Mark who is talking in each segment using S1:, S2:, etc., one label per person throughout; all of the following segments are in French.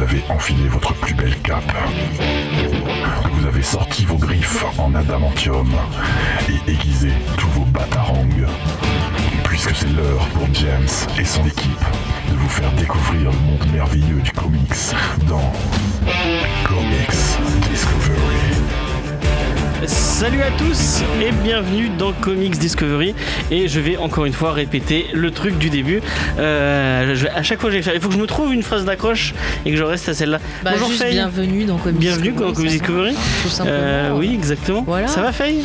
S1: avez enfilé votre plus belle cape, que vous avez sorti vos griffes en adamantium et aiguisé tous vos batarangs, puisque c'est l'heure pour James et son équipe de vous faire découvrir le monde merveilleux du comics dans Comics Discovery.
S2: Salut à tous et bienvenue dans Comics Discovery. Et je vais encore une fois répéter le truc du début. Euh, je- à chaque fois, je vais faire- il faut que je me trouve une phrase d'accroche et que je reste à celle-là.
S3: Bah,
S2: Bonjour
S3: juste
S2: Faye.
S3: bienvenue dans Comics
S2: Bienvenue dans
S3: Discovery,
S2: Comics
S3: ça
S2: Discovery.
S3: va, Tout simplement.
S2: Euh, oui, exactement.
S3: Voilà.
S2: Ça va, Faye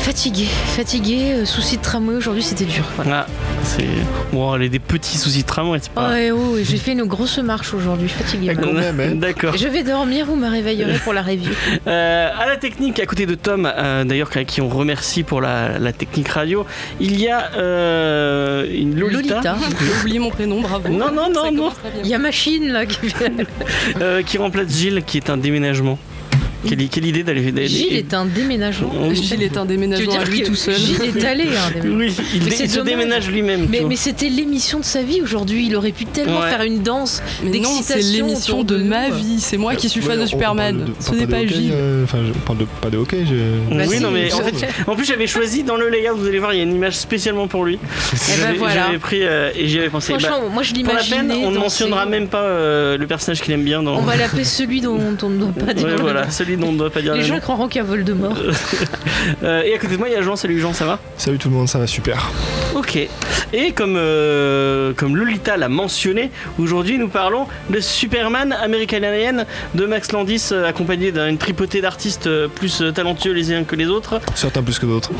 S3: Fatigué, fatigué, euh, souci de tramway aujourd'hui, c'était dur. Voilà.
S2: Ah, c'est. Bon, elle a des petits soucis de tramway, c'est pas.
S3: Oh, et oh, et j'ai fait une grosse marche aujourd'hui, fatigué.
S4: Quand même, hein.
S2: D'accord.
S3: Je vais dormir, vous me réveillerez pour la review.
S2: Euh, à la technique, à côté de Tom, euh, d'ailleurs, à qui on remercie pour la, la technique radio, il y a euh, une Lolita.
S5: J'ai oublié mon prénom, bravo.
S2: Non, non, non,
S5: Ça
S2: non.
S5: commence très bien.
S3: Il y a machine là qui vient.
S2: Euh, qui remplace Gilles, qui est un déménagement. Quelle, quelle idée d'aller. d'aller-
S3: Gilles est un déménagement.
S2: On-
S5: Gilles est un déménagement à lui
S3: que
S5: tout seul.
S3: Gilles est allé. hein, déménager.
S2: Oui, il,
S3: Mais
S2: dé-
S3: c'est
S2: il se
S3: dommage.
S2: déménage lui-même. tu
S3: Mais,
S2: vois.
S3: mais c'était l'émission de sa vie aujourd'hui. Il aurait pu tellement
S2: Ouais.
S3: faire une danse.
S5: Mais non, c'est
S3: d'excitation
S5: l'émission
S3: autour de
S5: de ma
S3: nous.
S5: vie. C'est moi qui suis fan
S4: Ouais,
S5: de
S4: on- on
S5: Superman.
S4: parle de-
S5: Ce
S4: on
S5: n'est
S4: parle
S5: pas
S4: de hockey,
S5: Gilles.
S4: euh, Enfin, je parle de, pas de hockey. Je...
S2: oui,
S3: Bah
S2: non,
S3: si,
S2: mais
S3: il
S2: en
S3: me
S2: fait,
S3: semble.
S2: en plus j'avais choisi dans le layout, vous allez voir, il y a une image spécialement pour lui.
S3: ben
S2: J'avais-
S3: voilà.
S2: J'avais pris euh, et j'y avais pensé. Bah,
S3: Franchement, moi je
S2: pour la peine,
S3: l'imaginais.
S2: on ne
S3: danser.
S2: mentionnera même pas euh, le personnage qu'il aime bien dans.
S3: On va l'appeler celui dont on ne doit pas dire.
S2: Ouais,
S3: le nom.
S2: voilà, celui dont on ne doit pas dire
S3: Les
S2: le
S3: gens
S2: nom.
S3: croiront qu'il y a Voldemort.
S2: Euh, et à côté de moi, il y a Jean. Salut Jean, ça va
S4: Salut tout le monde, ça va super.
S2: Ok. Et comme, euh, comme Lolita l'a mentionné, aujourd'hui nous parlons de Superman American Alien de Max Landis, euh, accompagné d'une tripotée d'artistes euh, plus euh, talentueux les uns que les autres.
S4: Certains plus que d'autres.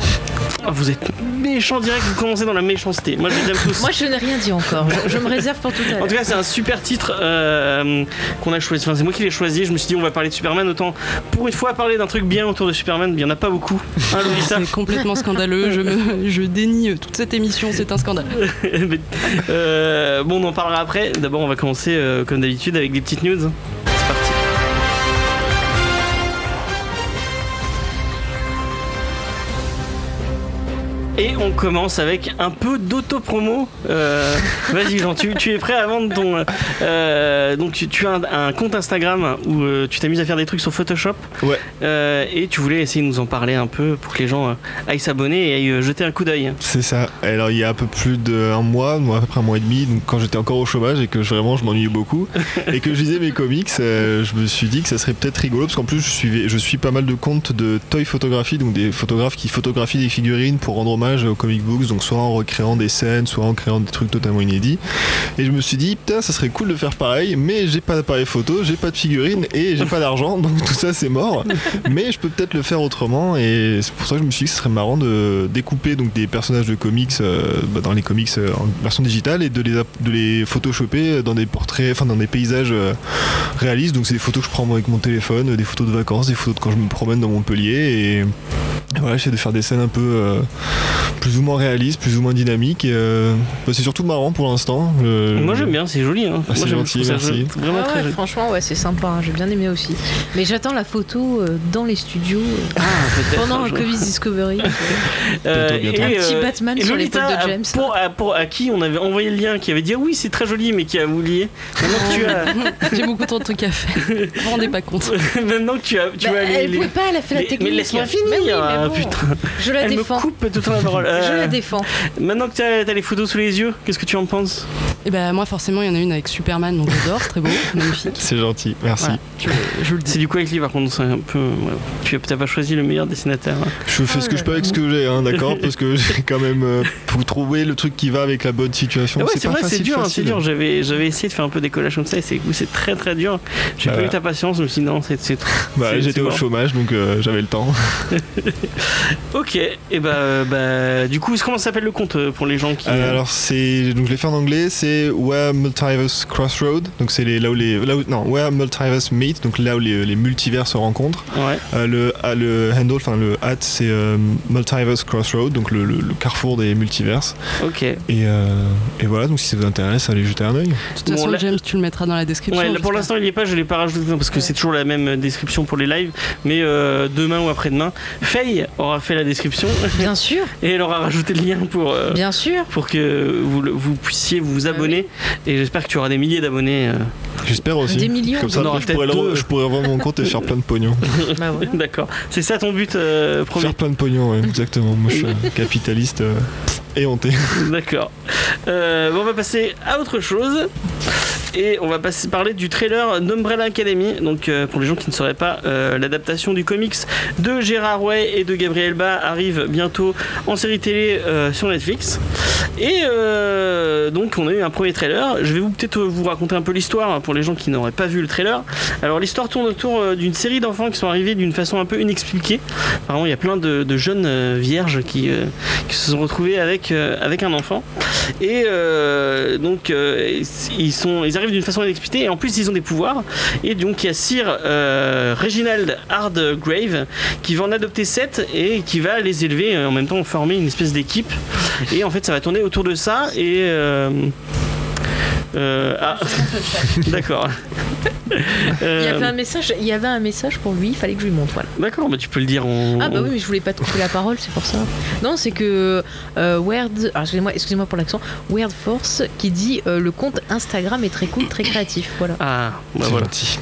S2: Ah, vous êtes méchant direct, vous commencez dans la méchanceté. Moi je les aime tous.
S3: Moi, je n'ai rien dit encore. Je, je me réserve pour tout à
S2: En
S3: l'heure.
S2: tout cas, c'est un super titre euh, qu'on a choisi. Enfin, c'est moi qui l'ai choisi. Je me suis dit, on va parler de Superman. Autant pour une fois parler d'un truc bien autour de Superman, il n'y en a pas beaucoup. Hein, Lolita
S5: C'est complètement scandaleux. Je, me, je dénie euh, toute cette émission. C'est un scandale.
S2: Mais, euh, Bon, on en parlera après. D'abord, on va commencer euh, comme d'habitude avec des petites news. C'est parti. Et on commence avec un peu d'auto-promo. Euh, Vas-y Jean, tu, tu es prêt à vendre ton... euh, euh, donc tu, tu as un, un compte Instagram où euh, tu t'amuses à faire des trucs sur Photoshop.
S4: Ouais.
S2: Euh, et tu voulais essayer de nous en parler un peu pour que les gens euh, aillent s'abonner et aillent euh, jeter un coup d'œil.
S4: C'est ça. Alors il y a un peu plus d'un mois, moi, à peu près un mois et demi, donc quand j'étais encore au chômage et que je- vraiment je m'ennuyais beaucoup et que je lisais mes comics, euh, je me suis dit que ça serait peut-être rigolo parce qu'en plus je suivais, je suis pas mal de comptes de toy photographie, donc des photographes qui photographient des figurines pour rendre hommage aux comic books, donc soit en recréant des scènes, soit en créant des trucs totalement inédits. Et je me suis dit putain, ça serait cool de faire pareil, mais j'ai pas d'appareil photo, j'ai pas de figurines et j'ai pas d'argent, donc tout ça c'est mort. mais je peux peut-être le faire autrement et c'est pour ça que je me suis dit que ce serait marrant de découper donc des personnages de comics euh, bah, dans les comics euh, en version digitale et de les, app- de les photoshopper euh, dans des portraits, enfin dans des paysages euh, réalistes. Donc c'est des photos que je prends moi avec mon téléphone, euh, des photos de vacances, des photos de quand je me promène dans Montpellier et voilà, j'essaie de faire des scènes un peu euh, plus ou moins réalistes, plus ou moins dynamiques. et, euh, bah, c'est surtout marrant pour l'instant. Euh,
S2: Moi j'aime bien, c'est joli. Hein.
S4: Ah,
S2: Moi,
S4: c'est
S2: j'aime-
S4: gentil,
S2: je trouve
S4: merci.
S2: joli, Vraiment
S3: Ah
S2: très
S3: ouais,
S2: joli.
S3: franchement, ouais, c'est sympa. hein. J'ai bien aimé aussi. Mais j'attends la photo euh, dans les studios euh,
S2: Ah, peut-être. un
S3: pendant le
S2: jour.
S3: Covid Discovery.
S2: Euh,
S4: Bientôt, bientôt.
S2: et,
S3: Un petit
S2: euh,
S3: Batman
S2: et
S3: sur les
S2: Lolita,
S3: potes de James.
S2: Pour, à, pour- à qui on avait envoyé le lien, qui avait dit ah oui, c'est très joli, mais qui a oublié. Maintenant que tu as,
S5: J'ai beaucoup trop de trucs à faire. Vous vous rendez pas compte.
S2: maintenant que tu as, tu
S3: Bah,
S2: as les-
S3: elle
S2: les-
S3: pouvait pas, elle a fait
S2: Mais-
S3: la
S2: mais
S3: technique.
S2: laisse-moi finir,
S3: Mais oui, mais
S2: ah,
S3: bon,
S2: putain.
S3: Je la
S2: elle
S3: défends.
S2: me coupe tout la parole.
S3: Je
S2: Euh,
S3: la défends.
S2: maintenant que tu as, t'as les photos sous les yeux, qu'est-ce que tu en penses
S5: Et ben moi, forcément, il y en a une avec Superman, donc j'adore. Très beau, magnifique.
S4: C'est gentil, merci.
S5: Voilà, je, je le dis.
S2: C'est du quoi lui par contre, c'est un peu. ouais. Tu as- t'as pas choisi le meilleur dessinateur. hein.
S4: Je fais
S3: Oh
S4: ce que
S3: là
S4: je peux avec
S3: là.
S4: ce que j'ai, hein, d'accord Parce que j'ai quand même. euh, pour trouver le truc qui va avec la bonne situation,
S2: Ah ouais,
S4: c'est
S2: c'est
S4: pas
S2: vrai, c'est
S4: facile.
S2: dur, hein, c'est
S4: facile.
S2: dur. J'avais, j'avais essayé de faire un peu des collages comme ça, et c'est, c'est très très dur. J'ai
S4: Bah,
S2: pas eu ta patience, je me suis dit non, c'est, c'est trop.
S4: Bah,
S2: c'est- c'est
S4: j'étais au
S2: mort.
S4: chômage donc euh, j'avais le temps.
S2: Ok, et bah, euh, bah, du coup, comment s'appelle le compte euh, pour les gens qui.
S4: Euh, alors c'est donc je l'ai fait en anglais, c'est Where Multiverse Crossroad, donc c'est les- là où les là où, non Where Multiverse Meet, donc là où les, les multivers se rencontrent.
S2: Ouais.
S4: Euh, le ah, le handle, enfin le hat, c'est euh, Multiverse Crossroad, donc le, le- le carrefour des multiverses.
S2: Ok.
S4: Et, euh, et voilà, donc si ça vous intéresse, allez jeter un œil.
S5: De toute
S2: Bon,
S5: façon,
S2: là-
S5: James, tu le mettras dans la description.
S2: Ouais, là, pour
S5: j'espère.
S2: l'instant il n'y est pas, je l'ai pas rajouté parce que c'est toujours la même euh, description pour les lives, mais euh, demain ou après-demain, Faye aura fait la description
S3: Bien sûr,
S2: et elle aura rajouté le lien pour, euh,
S3: bien sûr.
S2: pour que vous, le- vous puissiez vous abonner et j'espère que tu auras des milliers d'abonnés. euh.
S4: J'espère aussi.
S3: Des millions.
S4: Comme ça,
S2: On
S4: après,
S2: aura
S4: je, pourrais
S2: peut-être
S4: le-
S2: deux.
S4: je pourrais avoir mon compte et faire plein de pognon.
S3: Bah voilà.
S2: D'accord. C'est ça ton but euh, premier.
S4: Faire plein de pognon, ouais, exactement. Moi, je suis un capitaliste euh, et honté.
S2: D'accord. Euh, bon, on va passer à autre chose. Et on va passer, parler du trailer d'Umbrella Academy. Donc, euh, pour les gens qui ne sauraient pas, euh, l'adaptation du comics de Gérard Way et de Gabriel Ba arrive bientôt en série télé euh, sur Netflix. Et euh, donc, on a eu un premier trailer. Je vais vous peut-être vous raconter un peu l'histoire hein, pour les gens qui n'auraient pas vu le trailer. Alors, l'histoire tourne autour euh, d'une série d'enfants qui sont arrivés d'une façon un peu inexpliquée. Apparemment, il y a plein de, de jeunes euh, vierges qui, euh, qui se sont retrouvés avec, euh, avec un enfant. Et euh, donc, euh, ils, sont, ils arrivent d'une façon inexpliquée et en plus, ils ont des pouvoirs. Et donc, il y a Sir euh, Reginald Hardgrave qui va en adopter 7 et qui va les élever euh, en même temps, former une espèce d'équipe. Et en fait, ça va tourner autour de ça et. euh, euh, ah, d'accord.
S3: Il y
S2: Euh,
S3: avait un message, il y avait un message pour lui, il fallait que je lui montre. Voilà.
S2: d'accord, bah, tu peux le dire en.
S3: Ah bah oui, mais je voulais pas te couper la parole, c'est pour ça. Non, c'est que euh, Weird, alors, excusez-moi, excusez-moi pour l'accent, Weird Force qui dit euh, le compte Instagram est très cool, très créatif. Voilà.
S2: Ah, bah
S4: C'est
S2: voilà.
S4: gentil.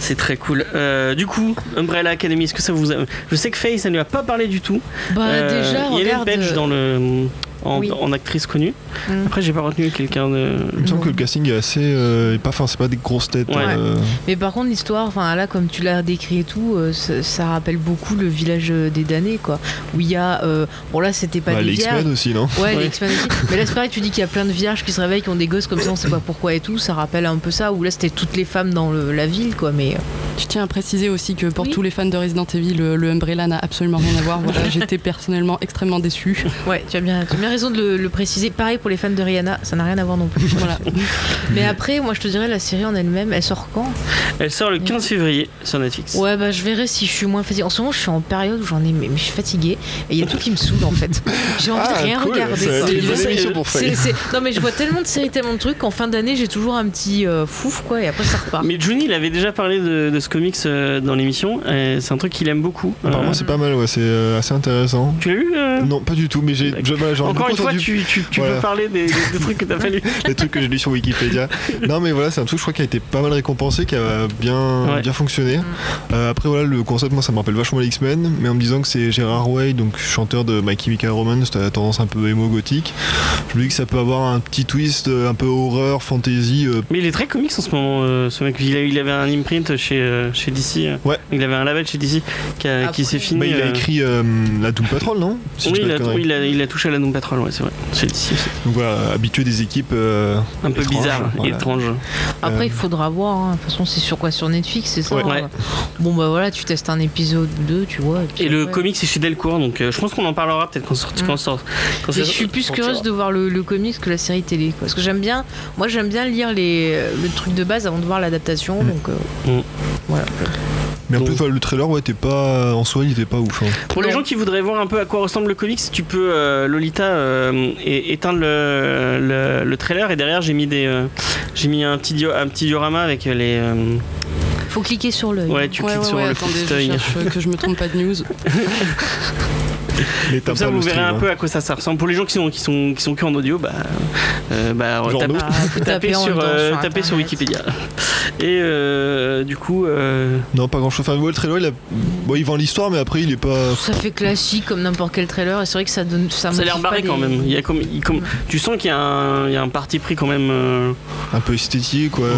S2: C'est très cool. Euh, du coup, Umbrella Academy, est-ce que ça vous a... Je sais que Faye, ça ne lui a pas parlé du tout.
S3: Bah
S2: Euh,
S3: déjà,
S2: il y a
S3: regarde.
S2: Bedge dans le... en,
S3: Oui.
S2: en actrice connue.
S3: Mm.
S2: Après, j'ai pas retenu quelqu'un de.
S4: Il me semble que le casting est assez. euh, et pas, enfin, c'est pas des grosses têtes.
S2: Ouais.
S4: euh,
S3: Mais par contre, l'histoire, enfin là, comme tu l'as décrit et tout, euh, ça, ça rappelle beaucoup le village euh, des damnés, quoi. Où il y a, euh, bon là, c'était pas
S4: bah,
S3: des
S4: les
S3: vierges.
S4: X-Men aussi, non
S3: Ouais,
S2: Ouais.
S3: les X-Men aussi. Mais là, c'est pareil, tu dis qu'il y a plein de vierges qui se réveillent, qui ont des gosses comme ça, on sait pas pourquoi et tout. Ça rappelle un peu ça, où là, c'était toutes les femmes dans le- la ville, quoi. Mais euh,
S5: Je tiens à préciser aussi que pour
S3: Oui.
S5: tous les fans de Resident Evil, le, le Umbrella n'a absolument rien à voir. Voilà, j'étais personnellement extrêmement déçue.
S3: ouais, tu as bien, tu as bien raison de le, le préciser. Pareil pour les fans de Rihanna, ça n'a rien à voir non plus.
S5: Voilà.
S3: Mais après, moi, je te dirais, la série en elle-même, elle sort quand
S2: Elle sort le 15 février sur Netflix.
S3: Ouais, bah, je verrai si je suis moins fatiguée. En ce moment, je suis en période où j'en ai, mais, mais je suis fatiguée. Et il y a tout qui me saoule, en fait. J'ai envie
S4: Ah,
S3: de rien
S4: cool, ça va
S3: regarder.
S4: être
S3: quoi.
S4: une bonne
S2: C'est-
S4: émission pour
S3: C'est-
S4: Faye.
S3: c'est- Non, mais je vois tellement de séries, tellement de trucs qu'en fin d'année, j'ai toujours un petit euh, fouf, quoi. Et après, ça repart.
S2: Mais Juni, il avait déjà parlé de, de ce comics euh, dans l'émission. et C'est un truc qu'il aime beaucoup.
S4: Apparemment,
S2: Euh,
S4: c'est pas mal, ouais, c'est euh, assez intéressant.
S2: Tu l'as lu euh
S4: Non, pas du tout, mais j'ai je- voilà, j'en ai
S2: Encore
S4: beaucoup
S2: une fois,
S4: entendu
S2: tu, tu- tu
S4: Voilà.
S2: peux parler des, des- des trucs que t'as pas lu.
S4: les trucs que j'ai lu sur Wikipédia. Non, mais voilà, c'est un truc, je crois, qui a été pas mal récompensé, qui a bien,
S2: Ouais. Mm.
S4: bien fonctionné. Euh, après, voilà, le concept, moi, ça me rappelle vachement les X-Men, mais en me disant que c'est Gérard Way, donc chanteur de My Chemical Romance, t'as la tendance un peu émo-gothique. Je me dis que ça peut avoir un petit twist euh, un peu horreur, fantasy. euh,
S2: Mais il est très comics en ce moment, euh, ce mec. Il, a- il avait un imprint chez, euh, chez DC. euh,
S4: Ouais.
S2: Il avait un label chez DC qui, a- qui
S3: Après-
S2: s'est fini.
S4: bah, il a
S2: euh,
S4: écrit euh, La Doom Patrol, non Si je
S2: oui,
S4: dis pas
S2: il
S4: de
S2: a,
S4: conneries.
S2: oui, il a- il a touché à la Doom Patrol, ouais, c'est vrai. C'est
S4: Donc voilà, habitué des équipes. euh,
S2: un peu
S4: Étrange,
S2: bizarre,
S4: voilà.
S2: étrange.
S3: Après,
S4: Euh,
S3: il faudra voir. hein. De toute façon, c'est sur quoi Sur Netflix, c'est ça
S2: Ouais.
S3: hein
S2: Ouais.
S3: Bon, bah voilà, tu testes un épisode 2, tu vois. puis
S2: Et le
S3: après-
S2: comic, c'est chez Delcourt, donc euh, je pense qu'on en parlera peut-être quand sort-
S3: Mm.
S2: quand sort- quand
S3: Mais
S2: ça-
S3: je suis plus
S2: quand
S3: curieuse
S2: sort.
S3: de voir le, le comics que la série télé. quoi. Parce que j'aime bien, moi j'aime bien lire les, euh, le truc de base avant de voir l'adaptation.
S4: Mm.
S3: Donc, euh,
S4: Mais en
S2: Donc-
S4: plus, voilà, le trailer, ouais, t'es pas. En soi, il était pas ouf. hein.
S2: Pour les
S3: Non.
S2: gens qui voudraient voir un peu à quoi ressemble le comics, tu peux, euh, Lolita, euh, é- éteindre le, le- le trailer et derrière j'ai mis des, euh, j'ai mis un petit, dio- un petit diorama avec les. euh,
S3: faut cliquer sur l'œil.
S2: ouais, tu
S5: ouais,
S2: cliques
S5: ouais,
S2: sur
S5: ouais,
S2: le Ah,
S5: attendez,
S2: petit
S5: je
S2: œil.
S5: cherche euh, que je me trompe pas de news.
S4: Mais t'as
S2: Comme ça,
S4: pas
S2: vous
S4: le
S2: verrez
S4: stream.
S2: un
S4: hein.
S2: peu à quoi ça, ça ressemble. Pour les gens qui sont qui sont qui sont que en audio, bah, euh, bah
S4: Genre
S2: tapez-
S4: nous.
S3: Ah, faut
S2: tapez
S3: taper en
S2: sur,
S3: même temps
S2: euh,
S3: sur
S2: tapez sur
S3: Internet.
S2: Wikipédia. Et euh, du coup, euh,
S4: Non, pas grand chose. Enfin, ouais, le trailer, il, a... bon, il vend l'histoire, mais après, il est pas.
S3: Ça fait classique comme n'importe quel trailer. Et c'est vrai que ça donne. Ça,
S2: Ça a
S3: motive
S2: l'air barré
S3: pas
S2: quand
S3: des-
S2: même. Il y a comme, il- comme- tu sens qu'il y, a un- il y a un parti pris quand même. euh,
S4: un peu esthétique, quoi.
S2: ouais.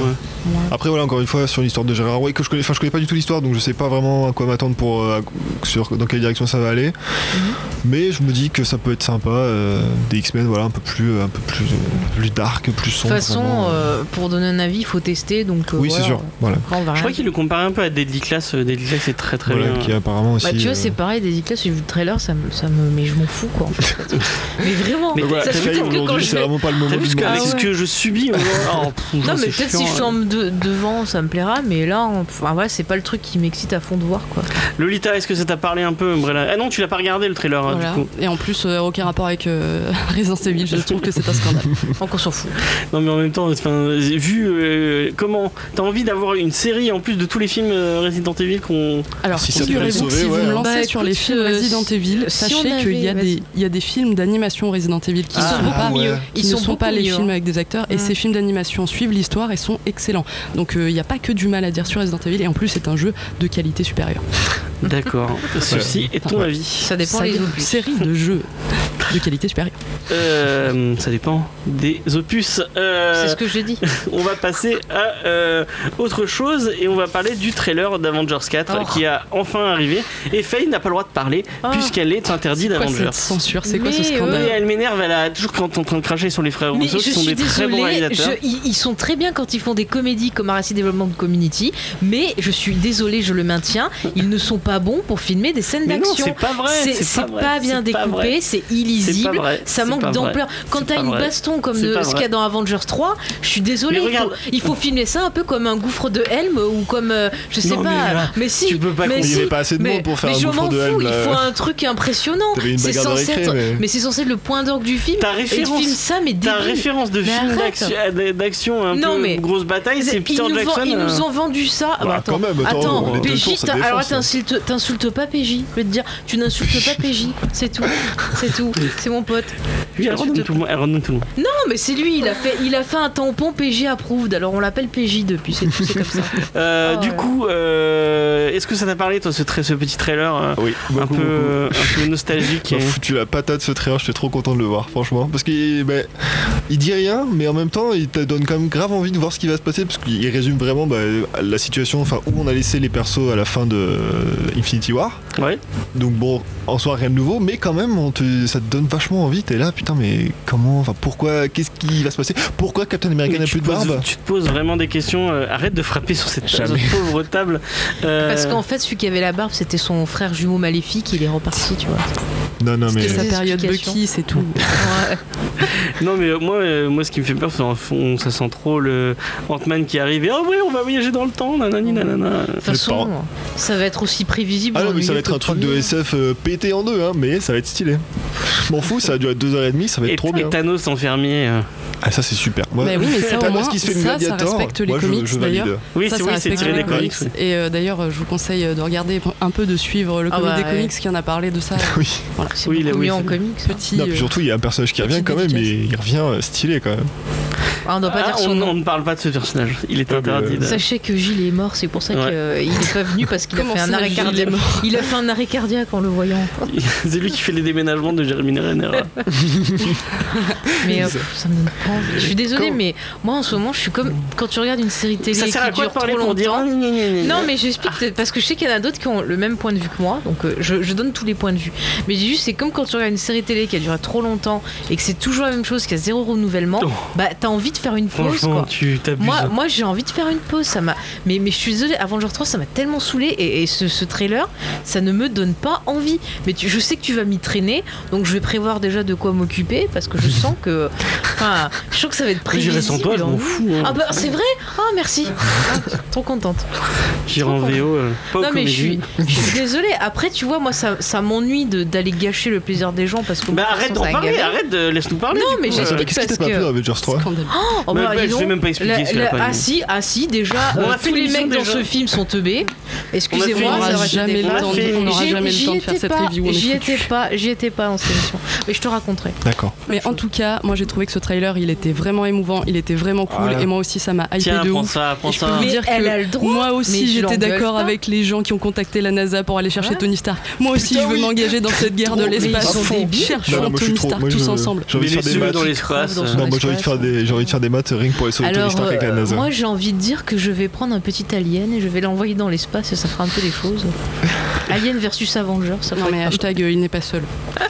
S4: Après, voilà, encore une fois, sur l'histoire de Gérard Way, que je connais, enfin, je connais pas du tout l'histoire, donc je sais pas vraiment à quoi m'attendre pour. euh, à- sur, dans quelle direction ça va aller. Mhm. Mais je me dis que ça peut être sympa, euh, des X-Men, voilà, un peu plus. euh, un peu plus, euh, plus dark, plus
S3: De toute
S4: sombre.
S3: façon,
S4: vraiment, euh.
S3: euh, pour donner un avis, il faut tester. Donc, euh,
S4: Oui, c'est
S3: voilà.
S4: sûr. Voilà.
S3: Après, on va
S2: Je
S3: rien
S2: crois qu'il le compare un peu à Deadly Class. euh, Deadly Class est très très
S4: Voilà,
S2: bien.
S4: qui est apparemment aussi.
S3: Bah, tu vois,
S4: euh,
S3: c'est pareil, des éclats, j'ai vu le trailer, ça me, ça me. Mais je m'en fous, quoi, en fait. mais vraiment,
S2: Mais
S4: donc voilà,
S3: ça se
S2: t'as
S3: peut
S2: vu
S3: que
S4: Faye,
S3: quand
S4: aujourd'hui,
S3: je
S4: c'est
S3: vais-
S4: vraiment pas le moment
S2: T'as
S4: du
S2: vu ce que,
S4: moment.
S3: Ah
S2: avec ce
S3: ouais.
S2: que je subis moi, oh, pff,
S3: Non,
S2: genre,
S3: mais
S2: c'est
S3: peut-être
S2: chiant,
S3: si je suis en
S2: hein.
S3: de- devant, ça me plaira, mais là, on- enfin, voilà, c'est pas le truc qui m'excite à fond de voir, quoi.
S2: hein. Lolita, est-ce que ça t'a parlé un peu Umbrella Ah non, tu l'as pas regardé le trailer hein,
S5: Voilà.
S2: du coup.
S5: Et en plus, euh, aucun rapport avec euh, Resident Evil, je trouve que c'est un scandale.
S3: Donc, on s'en fout.
S2: Non, mais en même temps, enfin, j'ai vu euh, comment t'as envie d'avoir une série en plus de tous les films euh, Resident Evil qu'on.
S5: Alors,
S4: Si ça peut
S5: figurez-vous
S4: les
S5: que
S4: sauver,
S5: si vous
S4: ouais.
S5: me lancez
S3: Bah,
S5: sur les
S3: écoute,
S5: films
S3: euh,
S5: Resident Evil,
S3: si on
S5: sachez qu'il y, a
S3: avait-
S5: des- il y a des films d'animation Resident Evil qui
S2: Ah,
S5: sont pas
S4: ouais.
S5: qui
S3: Ils
S5: ne
S3: sont
S5: sont pas
S3: beaucoup
S5: les
S3: mieux,
S5: films
S3: hein.
S5: avec des acteurs et
S3: Mm.
S5: ces films animations suivent l'histoire et sont excellents. Donc euh, il n'y a pas que du mal à dire sur Resident Evil et en plus c'est un jeu de qualité supérieure.
S2: D'accord. Ceci est ton
S5: Ouais.
S2: avis.
S3: hein. Ça dépend
S5: Ça
S3: les
S5: dit-
S3: opus.
S5: série de jeux de qualité supérieure.
S2: Euh, ça dépend des opus. Euh,
S3: C'est ce que j'ai dit.
S2: On va passer à euh, autre chose et on va parler du trailer d'Avengers 4
S3: Oh.
S2: qui a enfin arrivé. Et Faye n'a pas le droit de parler
S3: Oh.
S2: puisqu'elle est interdite
S5: Quoi
S2: d'Avengers.
S5: cette censure C'est quoi ce
S3: Mais,
S5: scandale
S2: Oui, elle m'énerve, elle a toujours quand en train de cracher sur les frères
S3: Mais
S2: Rousseau,
S3: je
S2: qui sont
S3: suis
S2: des très bons
S3: désolée,
S2: réalisateurs.
S3: je- ils, ils sont très bien quand ils font des comédies comme Aracide Development Community, mais je suis désolée, je le maintiens, ils ne sont pas bons pour filmer des scènes
S2: Mais non,
S3: d'action.
S2: c'est pas vrai,
S3: C'est
S2: c'est
S3: c'est
S2: pas
S3: pas,
S2: vrai,
S3: bien
S2: c'est pas vrai.
S3: découpé, c'est
S2: C'est pas
S3: illisible,
S2: vrai,
S3: ça
S2: c'est pas
S3: manque d'ampleur. Quand
S2: c'est
S3: t'as
S2: pas
S3: une
S2: vrai.
S3: baston comme
S2: C'est
S3: de-
S2: pas
S3: ce
S2: vrai.
S3: qu'il y a dans Avengers 3, je suis désolée,
S2: Mais
S3: il faut,
S2: regarde.
S3: il faut filmer ça un peu comme un gouffre de Helm ou comme, euh, je sais
S2: Non,
S3: pas,
S2: mais là,
S3: si,
S2: tu peux pas
S3: mais
S4: Il n'y
S3: si,
S4: avait pas assez de
S3: mais,
S4: monde pour faire
S3: mais
S4: un
S3: je
S4: bouffon
S3: m'en
S4: de euh,
S3: fous,
S4: Helm.
S3: il
S4: là.
S3: faut un truc impressionnant.
S4: T'avais une
S3: C'est
S4: bagarre de
S3: censé
S4: récré,
S3: être-
S4: mais-
S3: mais c'est censé être le point d'orgue du film.
S2: Ta
S3: Et tu
S2: référence,
S3: filmes ça, mais
S2: ta
S3: débile.
S2: référence de
S3: Mais
S2: film
S3: arrête.
S2: d'action- euh, d'action un
S3: Non,
S2: peu
S3: mais-
S2: grosse bataille, c'est Peter
S3: ils nous
S2: Jackson.
S3: vend- ils nous
S2: euh,
S3: ont vendu ça. Ah bah,
S4: Bah, quand même, attends,
S3: attends,
S4: les deux
S3: PJ,
S4: tours, ça
S3: t'as- alors
S4: défonce, hein.
S3: t'insultes, t'insultes pas PJ. Je vais te dire, tu n'insultes pas PJ. C'est tout, c'est tout. C'est mon pote.
S2: lui,
S3: Ah,
S2: elle renomme tout le monde, elle renomme tout le monde.
S3: Non, mais c'est lui. Il a fait, il a fait un tampon PJ approved. Alors on l'appelle PJ depuis. C'est tout, c'est comme ça.
S2: Euh,
S3: Ah
S2: du
S3: ouais.
S2: coup, euh, est-ce que ça t'a parlé, toi, ce, tra- ce petit trailer euh,
S4: Ah Oui,
S2: un,
S4: beaucoup,
S2: peu,
S4: beaucoup.
S2: euh, un peu nostalgique
S4: Qui m'a
S2: et-
S4: foutu la patate ce trailer, j'étais trop content de le voir, franchement. Parce qu'il bah, il dit rien, mais en même temps, il te donne quand même grave envie de voir ce qui va se passer, parce qu'il résume vraiment bah, la situation, enfin, où on a laissé les persos à la fin de euh, Infinity War.
S2: Ouais.
S4: Donc bon, en soi, rien de nouveau, mais quand même, on te, ça te donne vachement envie, t'es là, putain, mais comment, enfin, pourquoi, qu'est-ce qui va se passer Pourquoi Captain America
S2: Mais
S4: n'a
S2: tu,
S4: plus
S2: te
S4: de
S2: poses,
S4: barbe
S2: tu te poses vraiment des questions. euh, arrête de frapper sur cette sur cette pauvre table. euh,
S3: Parce qu'en fait, celui qui avait la barbe, c'était son frère jumeau maléfique. Il est reparti, tu vois.
S4: Non, non, mais...
S5: C'est sa
S3: Des
S5: période
S3: explications.
S5: Bucky, c'est tout.
S2: Non mais euh, moi, euh, moi, ce qui me fait peur, c'est en fond, ça sent trop le Ant-Man qui arrive. Et oh ouais, on va voyager dans le temps, nanani, nanana.
S3: De toute façon, ça va être aussi prévisible.
S4: Ah non, mais
S3: ennuyeux
S4: ça va être
S3: que
S4: un
S3: le
S4: truc de
S3: premier. hein.
S4: SF euh, pété en deux, hein, mais ça va être stylé. Je m'en fous, ça a duré deux heures et demie, ça va être
S2: Et,
S4: trop bien.
S2: et Thanos enfermier. euh.
S4: Ah ça c'est super. Moi,
S5: Bah oui, mais ça, au
S4: Thanos
S5: moins,
S4: qui se fait le
S5: ça, ça
S4: Gladiator,
S5: respecte les
S4: moi, je-
S5: comics,
S4: je, valide.
S5: d'ailleurs.
S2: Oui,
S5: Ça,
S2: c'est
S5: ça
S2: oui, c'est
S5: respecte
S2: tiré
S5: les
S2: des comics. oui.
S5: Et euh, d'ailleurs, euh, je vous conseille euh, de regarder un peu, de suivre le
S3: Ah
S5: comic
S3: bah,
S5: des
S3: ouais.
S5: comics qui en a parlé de ça. euh,
S4: Oui.
S3: C'est
S2: Oui,
S3: oui,
S2: là, oui,
S3: mieux en
S2: c'est-
S3: comics. ça.
S5: Petit.
S4: Non, puis
S5: euh,
S4: surtout il y a un personnage qui
S3: Petite
S4: revient quand même, mais
S3: dédicace.
S4: il revient euh, stylé quand même.
S3: Ah, on doit pas
S2: Ah,
S3: dire son
S2: on,
S3: nom.
S2: on ne parle pas de ce personnage. Il est
S4: Ah, mais,
S2: interdit.
S4: euh,
S2: de-
S3: Sachez que Gilles est mort, c'est pour ça
S2: Ouais.
S3: qu'il n'est pas venu parce qu'il a
S5: Comment
S3: fait un
S5: ça,
S3: arrêt
S5: Gilles
S3: cardiaque.
S5: est
S3: Il a fait un arrêt cardiaque en le voyant.
S2: c'est lui qui fait les déménagements de Jérémy Renner.
S3: Mais euh, pff, ça me donne pas envie. Je suis désolée,
S4: Oh, Comment-
S3: mais moi en ce moment, je suis comme quand tu regardes une série télé
S2: Ça sert à
S3: qui
S2: quoi de
S3: dure trop
S2: parler pour dire
S3: longtemps.
S2: oh, gna, gna, gna, gna.
S3: Non, mais j'explique peut-être, parce que je sais qu'il y en a d'autres qui ont le même point de vue que moi, donc euh, je, je donne tous les points de vue. Mais j'ai juste, c'est comme quand tu regardes une série télé qui a duré trop longtemps et que c'est toujours la même chose, qu'il y a zéro renouvellement,
S2: Oh.
S3: bah t'as envie de faire une pause
S2: Franchement,
S3: quoi.
S2: tu t'abuses.
S3: Moi, moi j'ai envie de faire une pause, ça m'a. Mais, mais je suis désolée, Avengers 3, ça m'a tellement saoulé et, et ce, ce trailer, ça ne me donne pas envie. Mais tu- je sais que tu vas m'y traîner, donc je vais prévoir déjà de quoi m'occuper parce que je sens que. Enfin, je sens que ça va être
S2: Mais
S3: prévisible.
S2: J'irai sans toi, je m'en fous. hein.
S3: Ah bah c'est vrai Ah merci Ah, Trop contente.
S2: J'irai en
S3: trop
S2: VO, euh, pas au
S3: Ah, non mais je
S2: comédie.
S3: suis, je suis désolée. Après tu vois moi ça, ça m'ennuie de- d'aller gâcher le plaisir des gens parce que
S2: Bah arrête d'en parler, arrête, de- laisse-nous parler.
S3: Non,
S2: du
S3: mais
S2: coup,
S3: j'ai-
S2: euh,
S4: Qu'est-ce qui t'a
S3: parce
S4: pas
S3: que-
S4: plu dans Avengers 3
S5: scandale.
S3: Oh,
S2: Mais
S3: bah,
S2: bah,
S3: dis
S2: je vais
S3: donc,
S2: même pas expliquer
S3: la-
S2: ce qu'elle a
S3: la-
S2: pas aimé.
S3: ah si, ah si, déjà,
S2: On
S3: euh,
S2: a fait
S3: tous les
S2: l'émission
S3: mecs dans
S2: déjà.
S3: ce film sont teubés.
S2: On
S3: Excusez-moi,
S5: On
S2: aura
S3: ça aurait
S5: n'aura
S3: été
S5: jamais
S3: des
S5: le
S2: fois.
S5: temps
S3: blagues.
S5: de- on n'aura
S3: J'y-
S5: jamais le
S3: j'y
S5: temps de faire
S3: étais
S5: cette
S3: pas,
S5: review. on est
S3: J'y
S5: foutus.
S3: étais pas, j'y étais pas dans cette émission. Mais je te raconterai.
S4: D'accord.
S5: Mais en tout cas, moi j'ai trouvé que ce trailer il était vraiment émouvant, il était vraiment cool
S4: Voilà.
S5: et moi aussi ça m'a hypé
S2: Tiens,
S5: de
S2: prends
S5: ouf.
S2: ça, prends
S5: Et je peux
S2: ça.
S5: vous
S3: Mais
S5: dire
S3: elle
S5: que
S3: a le droit.
S5: Moi
S3: Mais
S5: aussi
S3: je
S5: j'étais
S3: l'engueule
S5: d'accord
S3: pas. Ah
S5: avec les gens qui ont contacté la NASA pour aller chercher
S3: Ouais.
S5: Tony Stark. Moi aussi
S4: Putain,
S5: je veux
S4: oui.
S5: m'engager dans cette guerre de
S3: Mais ils
S5: l'espace.
S3: sont débiles.
S5: Cherchons
S4: moi, je suis
S5: Tony
S4: trop-
S5: Stark
S4: moi, je-
S5: tous ensemble.
S4: J'ai envie
S2: Mais
S4: de faire
S2: les
S4: des
S2: yeux
S4: maths.
S2: dans l'espace.
S3: Grave dans
S2: euh,
S3: son-
S4: Non, moi j'ai envie de
S3: Express.
S4: faire des, j'ai envie de faire des maths rien que pour aller sauver Tony
S3: Alors,
S4: Stark avec la
S3: euh,
S4: NASA.
S3: moi j'ai envie de dire que je vais prendre un petit alien et je vais l'envoyer dans l'espace et ça fera un peu des choses. alien versus Avenger, ça
S5: Non
S3: fera-
S5: mais hashtag euh, il n'est pas seul.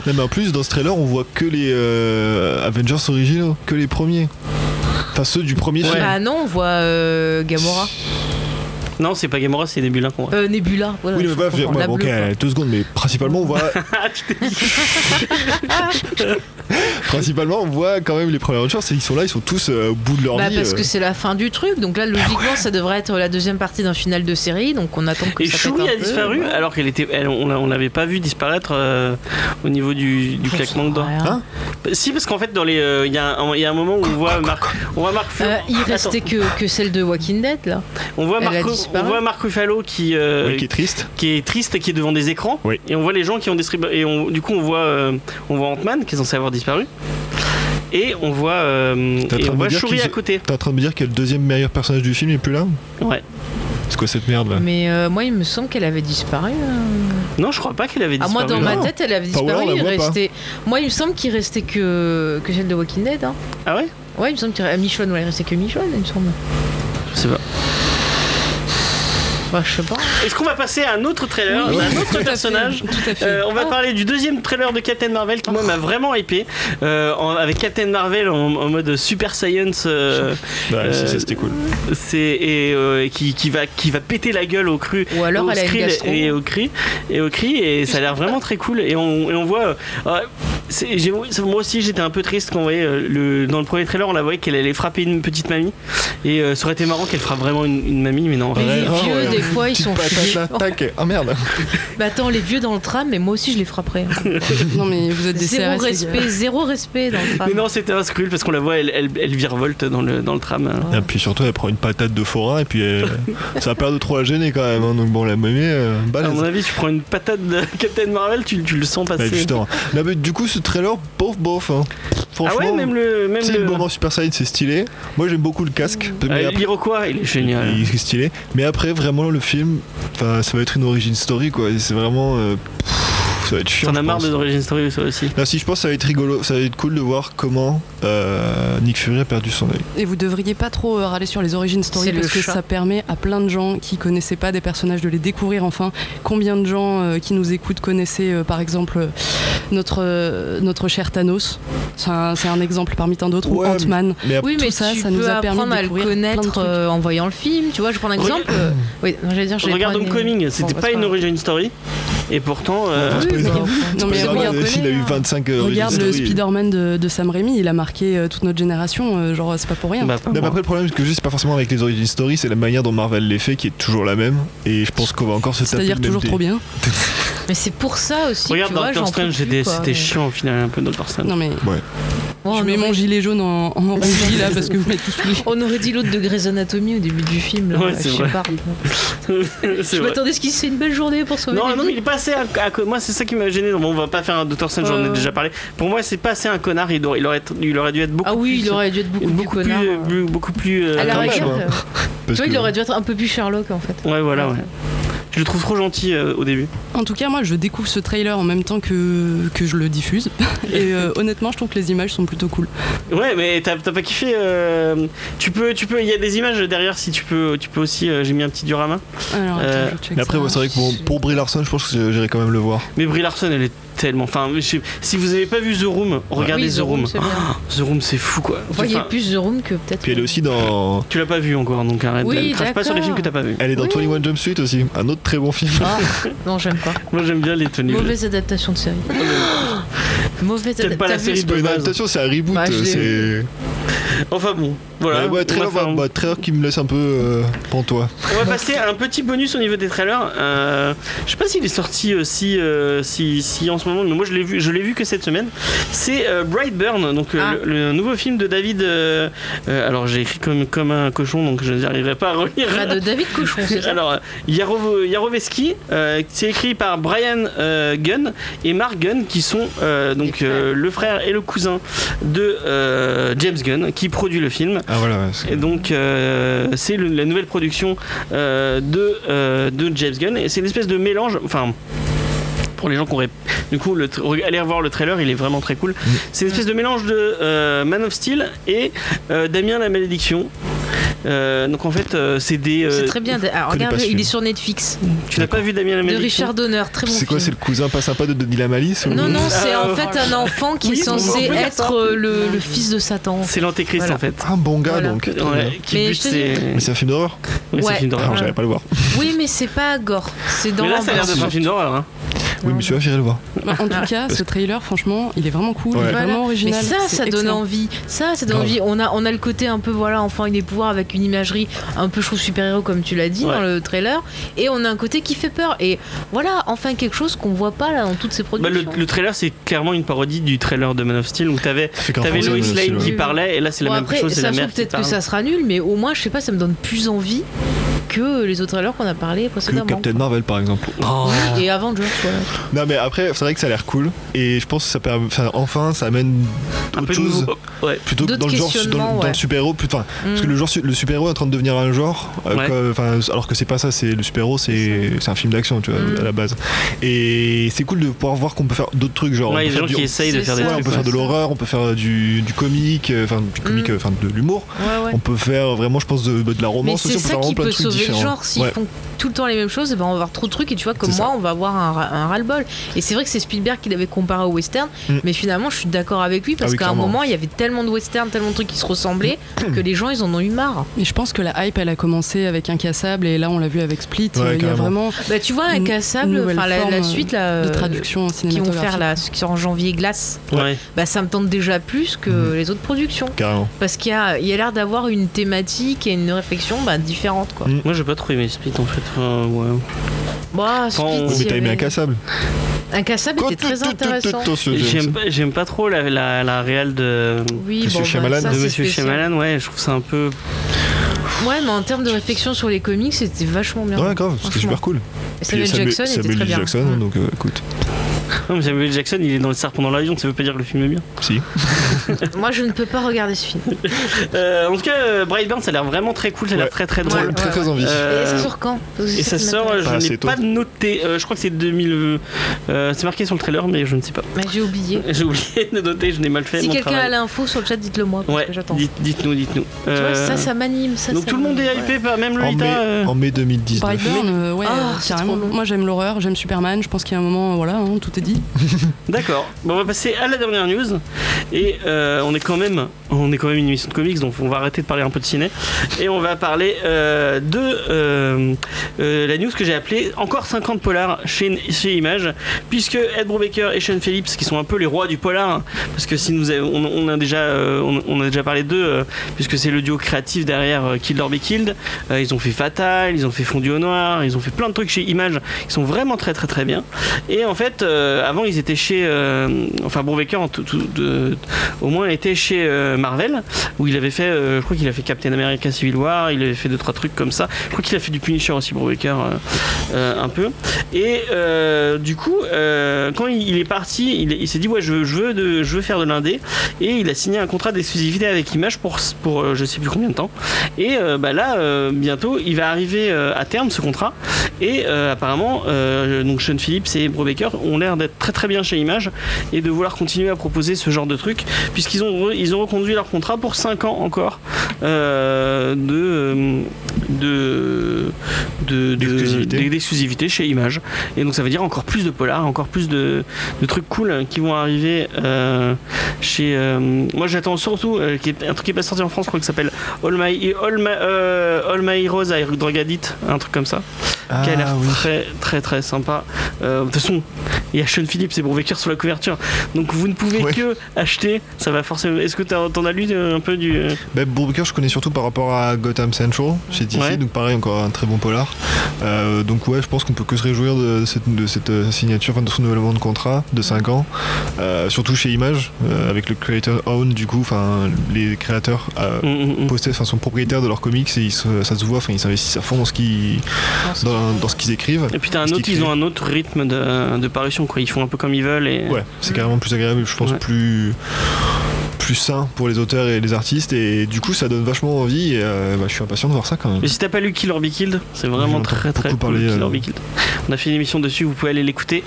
S4: Non, mais en plus dans ce trailer on voit que les euh, Avengers originaux, que les premiers. Enfin ceux du premier
S2: Ouais.
S4: film.
S3: Ah non, on voit euh, Gamora.
S2: Non, c'est pas Gamora, c'est Nebula qu'on voit.
S3: Euh, Nebula, voilà.
S4: Oui, mais
S3: je
S4: bah,
S3: comprends,
S4: ouais,
S3: la
S4: bon, ok,
S3: bleue, quoi.
S4: deux secondes, mais principalement on voit,
S2: Ah, tu t'es-
S4: principalement on voit quand même les premiers Avengers, c'est qu'ils sont là, ils sont tous euh, au bout de leur
S3: Bah
S4: vie.
S3: parce que
S4: euh.
S3: c'est la fin du truc, donc là
S2: Ah
S3: logiquement ça devrait être euh, la deuxième partie d'un final de série, donc on attend que
S2: Et
S3: ça pète
S2: Shuri a
S3: un peu.
S2: disparu alors qu'elle était, elle- on, l'a- on l'avait pas vu disparaître euh, au niveau du, du
S3: J'en
S2: claquement de
S3: sais
S2: doigts.
S3: rien.
S4: Hein
S2: Bah, Si parce qu'en fait dans les, euh, il y, a un- il y a un moment où on voit Marc, on voit Marc,
S3: Euh, il
S2: Attends,
S3: restait que, que celle de Walking Dead là.
S2: on voit
S3: elle a
S2: Marc, on
S3: disparu.
S2: voit Marc Ruffalo qui, euh,
S4: Oui, qui est triste.
S2: qui est triste et qui est devant des écrans.
S4: Oui.
S2: Et on voit les gens qui ont distribué. Et on- du coup, on voit, euh, on voit Ant-Man qui est censé avoir disparu. Et on voit, euh,
S4: T'es en
S2: et
S4: train
S2: on
S4: de
S2: voit
S4: me dire
S2: Shuri
S4: qu'ils-
S2: à côté.
S4: T'es en train de me dire que le deuxième meilleur personnage du film n'est plus là
S2: Ouais. Mm.
S4: C'est quoi cette merde là
S3: Mais euh, moi, il me semble qu'elle avait disparu. hein.
S2: Non, je crois pas qu'elle avait
S3: Ah,
S2: disparu.
S3: moi, dans
S4: Non.
S3: ma tête, elle avait
S4: Power, on
S3: disparu.
S4: la
S3: il
S4: voit pas.
S3: restait... Moi, il me semble qu'il restait que... que celle de Walking Dead. Hein.
S2: Ah ouais
S3: Ouais, il me semble qu'il restait Michonne. Ouais, il restait que Michonne, il me semble.
S2: Je sais pas.
S3: Bah, je sais pas.
S2: Est-ce qu'on va passer à un autre trailer,
S5: Oui,
S2: un
S5: oui, tout à
S2: autre
S5: fait,
S2: personnage
S5: Tout à fait.
S2: Euh, on va
S3: Oh.
S2: parler du deuxième trailer de Captain Marvel qui moi m'a vraiment hypé Euh, en- avec Captain Marvel en, en mode Super Science euh,
S4: Bah,
S2: Euh,
S4: si, ça c'était cool.
S2: c'est et euh, et qui, qui va qui va péter la gueule au cru
S3: Ou alors,
S2: au
S3: elle a une
S2: Skrill
S3: gastro.
S2: et au cri et au cri et ça a l'air vraiment très cool et on, et on voit euh, ah, c'est- j'ai- moi aussi j'étais un peu triste quand on voyait euh, le, dans le premier trailer on la voyait qu'elle allait frapper une petite mamie et euh, ça aurait été marrant qu'elle frappe vraiment une, une mamie mais non
S3: Mais
S4: Ouais,
S3: les
S4: ouais,
S3: vieux,
S4: ouais.
S3: des fois, ils
S4: Petite
S3: sont
S4: patate,
S3: chiés.
S4: là, tac. Ah merde
S3: Bah, attends, les vieux dans le tram, mais moi aussi, je les frapperais. hein.
S5: Non, mais vous êtes des
S3: Zéro
S5: CRS, les gars.
S3: respect, zéro respect dans le tram.
S2: mais non c'était un Skrull parce qu'on la voit elle, elle, elle virevolte dans le, dans le tram hein.
S4: Et puis surtout, elle prend une patate de forain et puis elle- ça a peur de trop la gêner quand même. hein. Donc bon, la mamie, euh,
S2: À
S3: Ah,
S4: balèze.
S2: mon avis, tu prends une patate de Captain Marvel, tu, tu le sens
S4: Ouais,
S2: passer.
S4: Bah, justement. Là, mais du coup, ce trailer, bof, bof. hein.
S2: ah
S4: Franchement,
S2: ouais, même le. Même
S4: c'est
S2: le...
S4: le moment Super Saiyan, c'est stylé. Moi, j'aime beaucoup le casque. mais
S2: Euh,
S4: après-
S2: l'Iroquois, il est génial.
S4: il est stylé. Mais après, vraiment, le film, enfin, ça va être une origin story, quoi. Et C'est vraiment. euh, pff, ça va être chiant.
S2: T'en
S4: je
S2: as marre
S4: pense.
S2: de Origin Story, ça aussi.
S4: Là, si je pense, que ça va être rigolo, ça va être cool de voir comment euh, Nick Fury a perdu son œil.
S5: Et vous devriez pas trop euh, râler sur les origines story
S3: C'est le
S5: parce que
S3: chat.
S5: ça permet à plein de gens qui connaissaient pas des personnages de les découvrir enfin. Combien de gens euh, qui nous écoutent connaissaient euh, par exemple euh, notre, euh, notre cher Thanos C'est un, c'est un exemple parmi tant d'autres.
S4: Ouais,
S5: ou Ant-Man.
S4: Mais après,
S3: Oui,
S5: Tout
S3: mais
S5: ça,
S3: tu
S5: ça nous
S3: peux
S5: a permis de
S3: apprendre à le
S5: découvrir plein de
S3: connaître
S5: trucs.
S3: euh, en voyant le film. Tu vois, je prends un
S2: Regarde-
S3: exemple. euh, Oui, non, j'allais dire, je l'ai
S2: Regarde
S3: pas, mais-
S2: Homecoming,
S3: Bon,
S2: c'était
S3: bah,
S2: pas
S3: c'est
S2: une
S3: grave.
S2: Origin Story. Et pourtant. euh,
S4: Ouais,
S3: Oui,
S4: c'est pas
S3: bah,
S5: Non,
S4: grave.
S3: mais
S5: mais
S4: Spider-Man,
S5: regarde,
S3: regarde,
S4: s'il a eu 25 origin
S5: regarde le
S4: story.
S5: Spider-Man de, de Sam Raimi, il a marqué euh, toute notre génération. euh, genre, c'est pas pour rien.
S2: bah, pas
S4: Non, mais
S2: moi.
S4: après, le problème, c'est que je sais pas forcément avec les origin story, c'est la manière dont Marvel les fait qui est toujours la même. Et je pense qu'on va encore se taper.
S5: C'est-à-dire
S4: le même
S5: toujours
S4: dé-
S5: trop bien.
S3: Mais c'est pour ça aussi.
S2: Regarde
S3: tu vois,
S2: Doctor
S3: j'en peux
S2: Strange,
S3: plus,
S2: c'était
S3: quoi,
S2: c'était
S3: mais-
S2: chiant au final, un peu Doctor Strange.
S5: Non mais
S3: Ouais,
S5: je
S3: on
S5: mets
S3: aurait-
S5: mon gilet jaune en, en rouge, là parce que vous m'êtes tous saoulés.
S3: On aurait dit l'autre de Grey's Anatomy au début du film. Là,
S2: Ouais, c'est
S3: je sais
S2: vrai.
S3: pas.
S2: C'est
S3: Je
S2: vrai.
S3: m'attendais à ce qu'il se fait une belle journée pour sauver
S2: Non,
S3: les
S2: non, mais
S3: vies.
S2: il est pas assez. un- un con- Moi, c'est ça qui m'a gêné. Bon, on va pas faire un Doctor Strange, j'en ai
S3: Euh.
S2: déjà parlé. Pour moi, c'est pas assez un connard. Il aurait, il aurait, il aurait dû être beaucoup
S3: Ah oui, il
S2: plus-
S3: aurait dû être beaucoup,
S2: beaucoup
S3: plus
S2: plus,
S3: connard.
S2: euh,
S3: euh.
S2: plus- beaucoup plus. euh,
S3: À la
S4: quand même,
S3: rigueur,
S4: hein.
S3: euh, tu
S4: Parce
S3: vois,
S4: que-
S3: il aurait dû être un peu plus Sherlock en fait.
S2: Ouais, voilà, ouais. Je le trouve trop gentil euh, au début.
S5: En tout cas, moi, je découvre ce trailer en même temps que, que je le diffuse. Et euh, honnêtement, je trouve que les images sont plutôt cool.
S2: Ouais, mais t'as t'as pas kiffé. euh, Tu peux, tu peux. Il y a des images derrière si tu peux. Tu peux aussi. euh, J'ai mis un petit diorama.
S5: Alors, attends,
S2: Euh,
S5: je check
S4: Mais après,
S5: ça.
S4: ouais, c'est vrai que bon, pour Brie Larson, je pense que j'irai quand même le voir.
S2: Mais Brie Larson, elle est tellement. Enfin, je sais- si vous avez pas vu The Room, regardez
S3: Oui,
S2: The, Room.
S3: c'est bien.
S2: Ah, The Room, c'est fou quoi.
S3: Vous voyez
S2: Enfin,
S3: plus The Room que peut-être.
S4: Puis elle est aussi dans.
S2: tu l'as pas vu encore, donc arrête.
S3: Oui,
S2: elle crache pas
S3: d'accord.
S2: sur les films que t'as pas vu.
S4: Elle est dans
S3: Oui.
S4: 21 Jump Suite aussi, un autre très bon film.
S3: Ah, non, j'aime pas.
S2: Moi, j'aime bien les tenues.
S3: Mauvaise adaptation de série. Mauvaise
S2: Peut-être pas la
S3: adaptation.
S2: série.
S4: C'est pas une
S2: dommage.
S4: adaptation, c'est un reboot.
S3: Bah, je l'ai
S4: c'est.
S2: Enfin bon, voilà.
S4: Ouais, ouais,
S2: on,
S4: trailer,
S2: va faire-
S4: bah, bah, trailer qui me laisse un peu euh, pantois.
S2: on va passer à un petit bonus au niveau des trailers. Euh, je sais pas s'il est sorti euh, si, euh, si, si en ce moment, mais moi je l'ai vu, je l'ai vu que cette semaine. C'est euh, Brightburn, donc euh,
S3: Ah.
S2: le, le nouveau film de David. euh, euh, alors j'ai écrit comme, comme un cochon, donc je n'arriverai pas à relire.
S3: Ah, de David Cochon, c'est ça
S2: Alors, euh, Yarov- Yaroveski, euh, c'est écrit par Brian euh, Gunn et Mark Gunn, qui sont euh, donc
S3: Les frères.
S2: euh, le frère et le cousin de euh, James Gunn, qui produit le film.
S4: Ah voilà, ouais, c'est-
S2: Et donc, euh, c'est le- la nouvelle production euh, de, euh, de James Gunn. Et c'est une espèce de mélange. Enfin. Pour les gens qui auraient. Du coup, le tra- allez revoir le trailer, il est vraiment très cool. C'est une espèce de mélange de euh, Man of Steel et euh, Damien la Malédiction. Euh, donc en fait, euh, c'est des. euh,
S3: C'est très bien. Alors,
S4: connais pas
S3: regarde,
S4: ce
S3: il
S4: film.
S3: est sur Netflix.
S2: Tu n'as pas vu Damien la
S3: De
S2: Malédiction
S3: Richard Donner, très bon
S4: c'est quoi, c'est
S3: film.
S4: le cousin pas sympa de Denis La Malice ou-
S3: Non, non, c'est
S2: Euh,
S3: en fait un enfant qui
S2: oui,
S3: est censé
S2: on peut dire ça.
S3: être euh, le, le fils de Satan.
S2: C'est l'antéchrist
S3: Voilà.
S2: en fait.
S4: Un bon gars
S3: Voilà.
S4: donc. très bien.
S2: Ouais, qui
S3: Mais
S2: bute
S3: je te
S2: ses-
S4: Mais c'est un film d'horreur
S2: Ouais, c'est un
S3: Ouais.
S2: film d'horreur.
S4: Alors j'allais pas le voir.
S3: Oui, mais c'est pas gore. C'est dans
S2: Mais là, ça a l'air
S3: l'ambiance.
S2: d'être un film d'horreur. hein.
S4: Oui, mais tu vas j'irai le voir.
S5: Bah, en tout cas, ce trailer, franchement, il est vraiment cool, il
S4: Ouais.
S5: est
S3: Voilà.
S5: vraiment
S3: Mais
S5: original.
S3: ça,
S5: c'est
S3: ça donne
S5: excellent.
S3: envie. Ça, ça donne
S4: Grave.
S3: envie. On a, on a le côté un peu, voilà, enfant avec des pouvoirs, avec une imagerie un peu, je trouve, super-héros, comme tu l'as dit
S2: Ouais.
S3: dans le trailer. Et on a un côté qui fait peur. Et voilà, enfin quelque chose qu'on voit pas là dans toutes ces
S2: Bah, le,
S3: productions.
S2: le trailer, c'est clairement une parodie du trailer de Man of Steel où t'avais
S4: Ça fait qu'un
S2: T'avais
S4: français, euh,
S2: Lois
S4: mais aussi,
S2: Lane
S4: ouais.
S2: qui
S3: oui.
S2: parlait et là c'est la
S3: Bon,
S2: même
S3: après,
S2: chose, c'est
S3: ça
S2: la
S3: se
S2: mère
S3: trouve
S2: qui
S3: peut-être que
S2: parle.
S3: ça sera nul, mais au moins, je sais pas, ça me donne plus envie que les autres trailers qu'on a parlé
S4: Que
S3: précédemment.
S4: Captain Marvel par exemple.
S2: Oh.
S3: Et Avengers, voilà.
S4: Non, mais après, c'est vrai que ça a l'air cool. Et je pense que ça permet. enfin, enfin, ça amène
S2: Un peu
S4: autre
S2: de
S4: chose.
S2: nouveau. Ouais.
S4: Plutôt que
S3: D'autres
S4: dans le genre dans,
S3: questionnements,
S4: dans
S3: ouais.
S4: le super-héros. plus- Enfin, parce que
S3: Mm.
S4: le, genre, su- le super-héros est en train de devenir un genre, euh,
S2: Ouais.
S4: comme- enfin, alors que c'est pas ça, c'est le super-héros, c'est c'est un film d'action, tu vois,
S3: Mm.
S4: à la base. Et c'est cool de pouvoir voir qu'on peut faire d'autres trucs, genre.
S2: Ouais,
S4: on
S2: il y a des gens
S4: peut faire
S2: qui
S4: du-
S2: essayent de
S3: C'est
S2: faire
S3: ça,
S2: des
S4: ouais, on
S2: trucs.
S4: peut faire de
S3: ouais.
S4: l'horreur, on peut faire du, du comique, euh, enfin du comique,
S3: Mm.
S4: euh, enfin de l'humour.
S3: Ouais, ouais.
S4: On peut faire vraiment, je pense, de, bah, de la
S3: Mais
S4: romance
S3: c'est
S4: aussi, on peut
S3: ça
S4: faire
S3: qui
S4: vraiment plein
S3: peut
S4: de trucs
S3: sauver le
S4: différents.
S3: genre. S'ils
S4: Ouais.
S3: font tout le temps les mêmes choses, eh ben on va avoir trop de trucs. Et tu vois, comme
S4: C'est
S3: moi,
S4: ça.
S3: on va avoir un, ra- un ras-le-bol. Et c'est vrai que c'est Spielberg qui l'avait comparé au western.
S4: Mm.
S3: Mais finalement, je suis d'accord avec lui parce
S4: Ah oui,
S3: qu'à un
S4: clairement. Mm.
S3: moment, il y avait tellement de western, tellement de trucs qui se ressemblaient que les gens, ils en ont eu marre.
S5: Mais je pense que la hype, elle a commencé avec Incassable et là, on l'a vu avec Split.
S4: Ouais,
S5: euh, il y a
S4: carrément.
S5: vraiment
S3: Bah, tu vois,
S5: Une- une
S3: Incassable,
S5: nouvelle
S3: enfin la,
S5: forme,
S3: la
S5: euh,
S3: suite là,
S5: de
S3: euh,
S5: traduction
S3: qui vont
S5: cinématographique.
S3: faire là, ce qui sort en janvier, Glace,
S2: Ouais.
S3: bah ça me tente déjà plus que
S4: Mhm.
S3: les autres productions.
S4: Carrément.
S3: Parce qu'il y a, il y a l'air d'avoir une thématique et une réflexion bah, différente quoi.
S4: Mm.
S2: Moi j'ai pas trop aimé Split en fait. Enfin, ouais.
S3: Bah,
S2: Quand-
S3: Split,
S2: Oui,
S4: Oui, mais
S3: il y
S4: t'as aimé
S3: avait-
S4: Incassable.
S3: Incassable était Ah, très intéressant.
S4: Attention,
S2: J'aime
S4: James.
S2: pas, j'aime pas trop la, la, la réelle de,
S3: Oui,
S4: Monsieur
S3: bon, bah,
S4: Shyamalan.
S3: ça,
S2: de
S3: c'est
S2: Monsieur
S3: spécial.
S2: Shyamalan, ouais, je trouve ça un peu.
S3: Ouais, mais en termes de réflexion sur les comics, c'était vachement bien.
S4: Ouais, grave, c'était super cool.
S3: Et Samuel
S4: Puis
S3: Jackson était
S4: Samuel
S3: très bien.
S4: Jackson,
S3: Mm.
S4: donc euh, écoute,
S2: Non, mais Samuel Jackson, il est dans le serpent dans l'avion, ça veut pas dire que le film est bien.
S4: si.
S3: Mm. Moi, je ne peux pas regarder ce film.
S2: Euh, en tout cas, euh, Brightburn, ça a l'air vraiment très cool, ça a l'air
S4: Ouais.
S2: très très
S4: Très,
S2: drôle.
S4: très,
S3: ouais,
S4: très envie.
S2: Euh,
S3: Et ça sort quand Parce que
S2: Et ça
S3: c'est
S2: sort, euh,
S3: maintenant.
S2: je
S4: Pas
S2: n'ai
S4: assez tôt.
S2: pas noté. Euh, je crois que c'est 2000. euh, c'est marqué sur le trailer, mais je ne sais pas.
S3: Mais j'ai oublié.
S2: J'ai oublié de noter, euh, je n'ai mal fait.
S3: Si
S2: mon
S3: quelqu'un a
S2: travail.
S3: l'info sur le chat, dites-le moi. Parce
S2: Ouais,
S3: que j'attends.
S2: dites- dites-nous, dites-nous.
S3: Tu
S2: Euh,
S3: vois, ça, ça m'anime. ça,
S2: donc
S3: ça Oh,
S2: tout le monde est
S3: m'anime.
S2: hypé, pas- même
S4: en,
S2: Lolita.
S4: mai,
S2: euh,
S4: en mai 2019.
S5: Brightburn, euh, ouais,
S3: Ah,
S5: euh,
S3: c'est
S5: carrément.
S3: trop long.
S5: Moi, j'aime l'horreur, j'aime Superman. Je pense qu'il y a un moment, voilà, hein, tout est dit.
S2: D'accord. Bon, on va passer à la dernière news et euh, on est quand même, on est quand même une émission de comics, donc on va arrêter de parler un peu de ciné et on va parler euh, de euh, euh, la news que j'ai appelée encore 50 polars chez, chez Image, puisque Ed Brubaker et Sean Phillips, qui sont un peu les rois du polar, hein, parce que si nous, a- on, on a déjà, euh, on, on a déjà parlé d'eux, euh, puisque c'est le duo créatif derrière euh, Kill or Be Killed. Euh, ils ont fait Fatal, ils ont fait Fondu au noir, ils ont fait plein de trucs chez Image qui sont vraiment très très très bien. Et en fait, euh, avant, ils étaient chez. euh, enfin, Brubaker, en tout- tout- de- au moins, était chez euh, Marvel, où il avait fait. euh, je crois qu'il a fait Captain America Civil War, il avait fait deux, trois trucs comme ça. Je crois qu'il a fait du Punisher aussi, Brubaker, euh, euh, un peu. Et euh, du coup, euh, quand il, il est parti, il, il s'est dit Ouais, je, veux- je veux de, je veux faire de l'indé. Et il a signé un contrat d'exclusivité avec Image pour, pour euh, je sais plus combien de temps. Et euh, bah, là, euh, bientôt, il va arriver euh, à terme ce contrat. Et euh, apparemment, euh, donc Sean Phillips et Brubaker ont l'air d'être très très bien chez Image et de vouloir continuer à proposer ce genre de truc, puisqu'ils ont, re- ils ont reconduit leur contrat pour 5 ans encore euh, de, euh, de, de, de-
S4: D'exclusivité.
S2: d'ex- d'exclusivité chez Image. Et donc ça veut dire encore plus de polars, encore plus de, de trucs cool qui vont arriver euh, chez. euh, moi j'attends surtout euh, qui est- un truc qui est pas sorti en France, je crois que ça s'appelle All My, All My, euh, All My Heroes Are Drug Addict, un truc comme ça
S4: Ah,
S2: qui a l'air
S4: oui.
S2: très très très sympa. Euh, de toute façon, il y a Sean Phillips et Brubaker sur la couverture, donc vous ne pouvez
S4: Ouais.
S2: que acheter. Ça va forcément. Est-ce que t'as- t'en as lu euh, un peu du euh,
S4: Bah, Brubaker, je connais surtout par rapport à Gotham Central chez DC,
S2: Ouais.
S4: donc pareil, encore un très bon polar. Euh, donc, ouais, je pense qu'on peut que se réjouir de cette, de cette euh, signature, enfin de son nouvellement de contrat de 5 ans, Euh, surtout chez Image, euh, avec le creator own, du coup, enfin, les créateurs euh,
S2: mm, mm, mm.
S4: possèdent, enfin, sont propriétaires de leurs comics et ils se- ça se voit, enfin, ils s'investissent à fond dans ce qu'ils dans, dans ce qu'ils écrivent.
S2: Et puis t'as un
S4: Ce qui
S2: autre, ils
S4: crée-
S2: ont un autre rythme de, de parution, quoi. Ils font un peu comme ils veulent et.
S4: Ouais, c'est carrément plus agréable, je pense,
S2: euh, mm. Ouais.
S4: plus plus sain pour les auteurs et les artistes et du coup ça donne vachement envie et euh, bah, je suis impatient de voir ça quand même.
S2: Mais si t'as pas lu Kill or Be Killed, c'est vraiment
S4: J'entends
S2: très très cool
S4: beaucoup parler,
S2: Kill or
S4: euh,
S2: Be Killed. On a fait une émission dessus, vous pouvez aller l'écouter.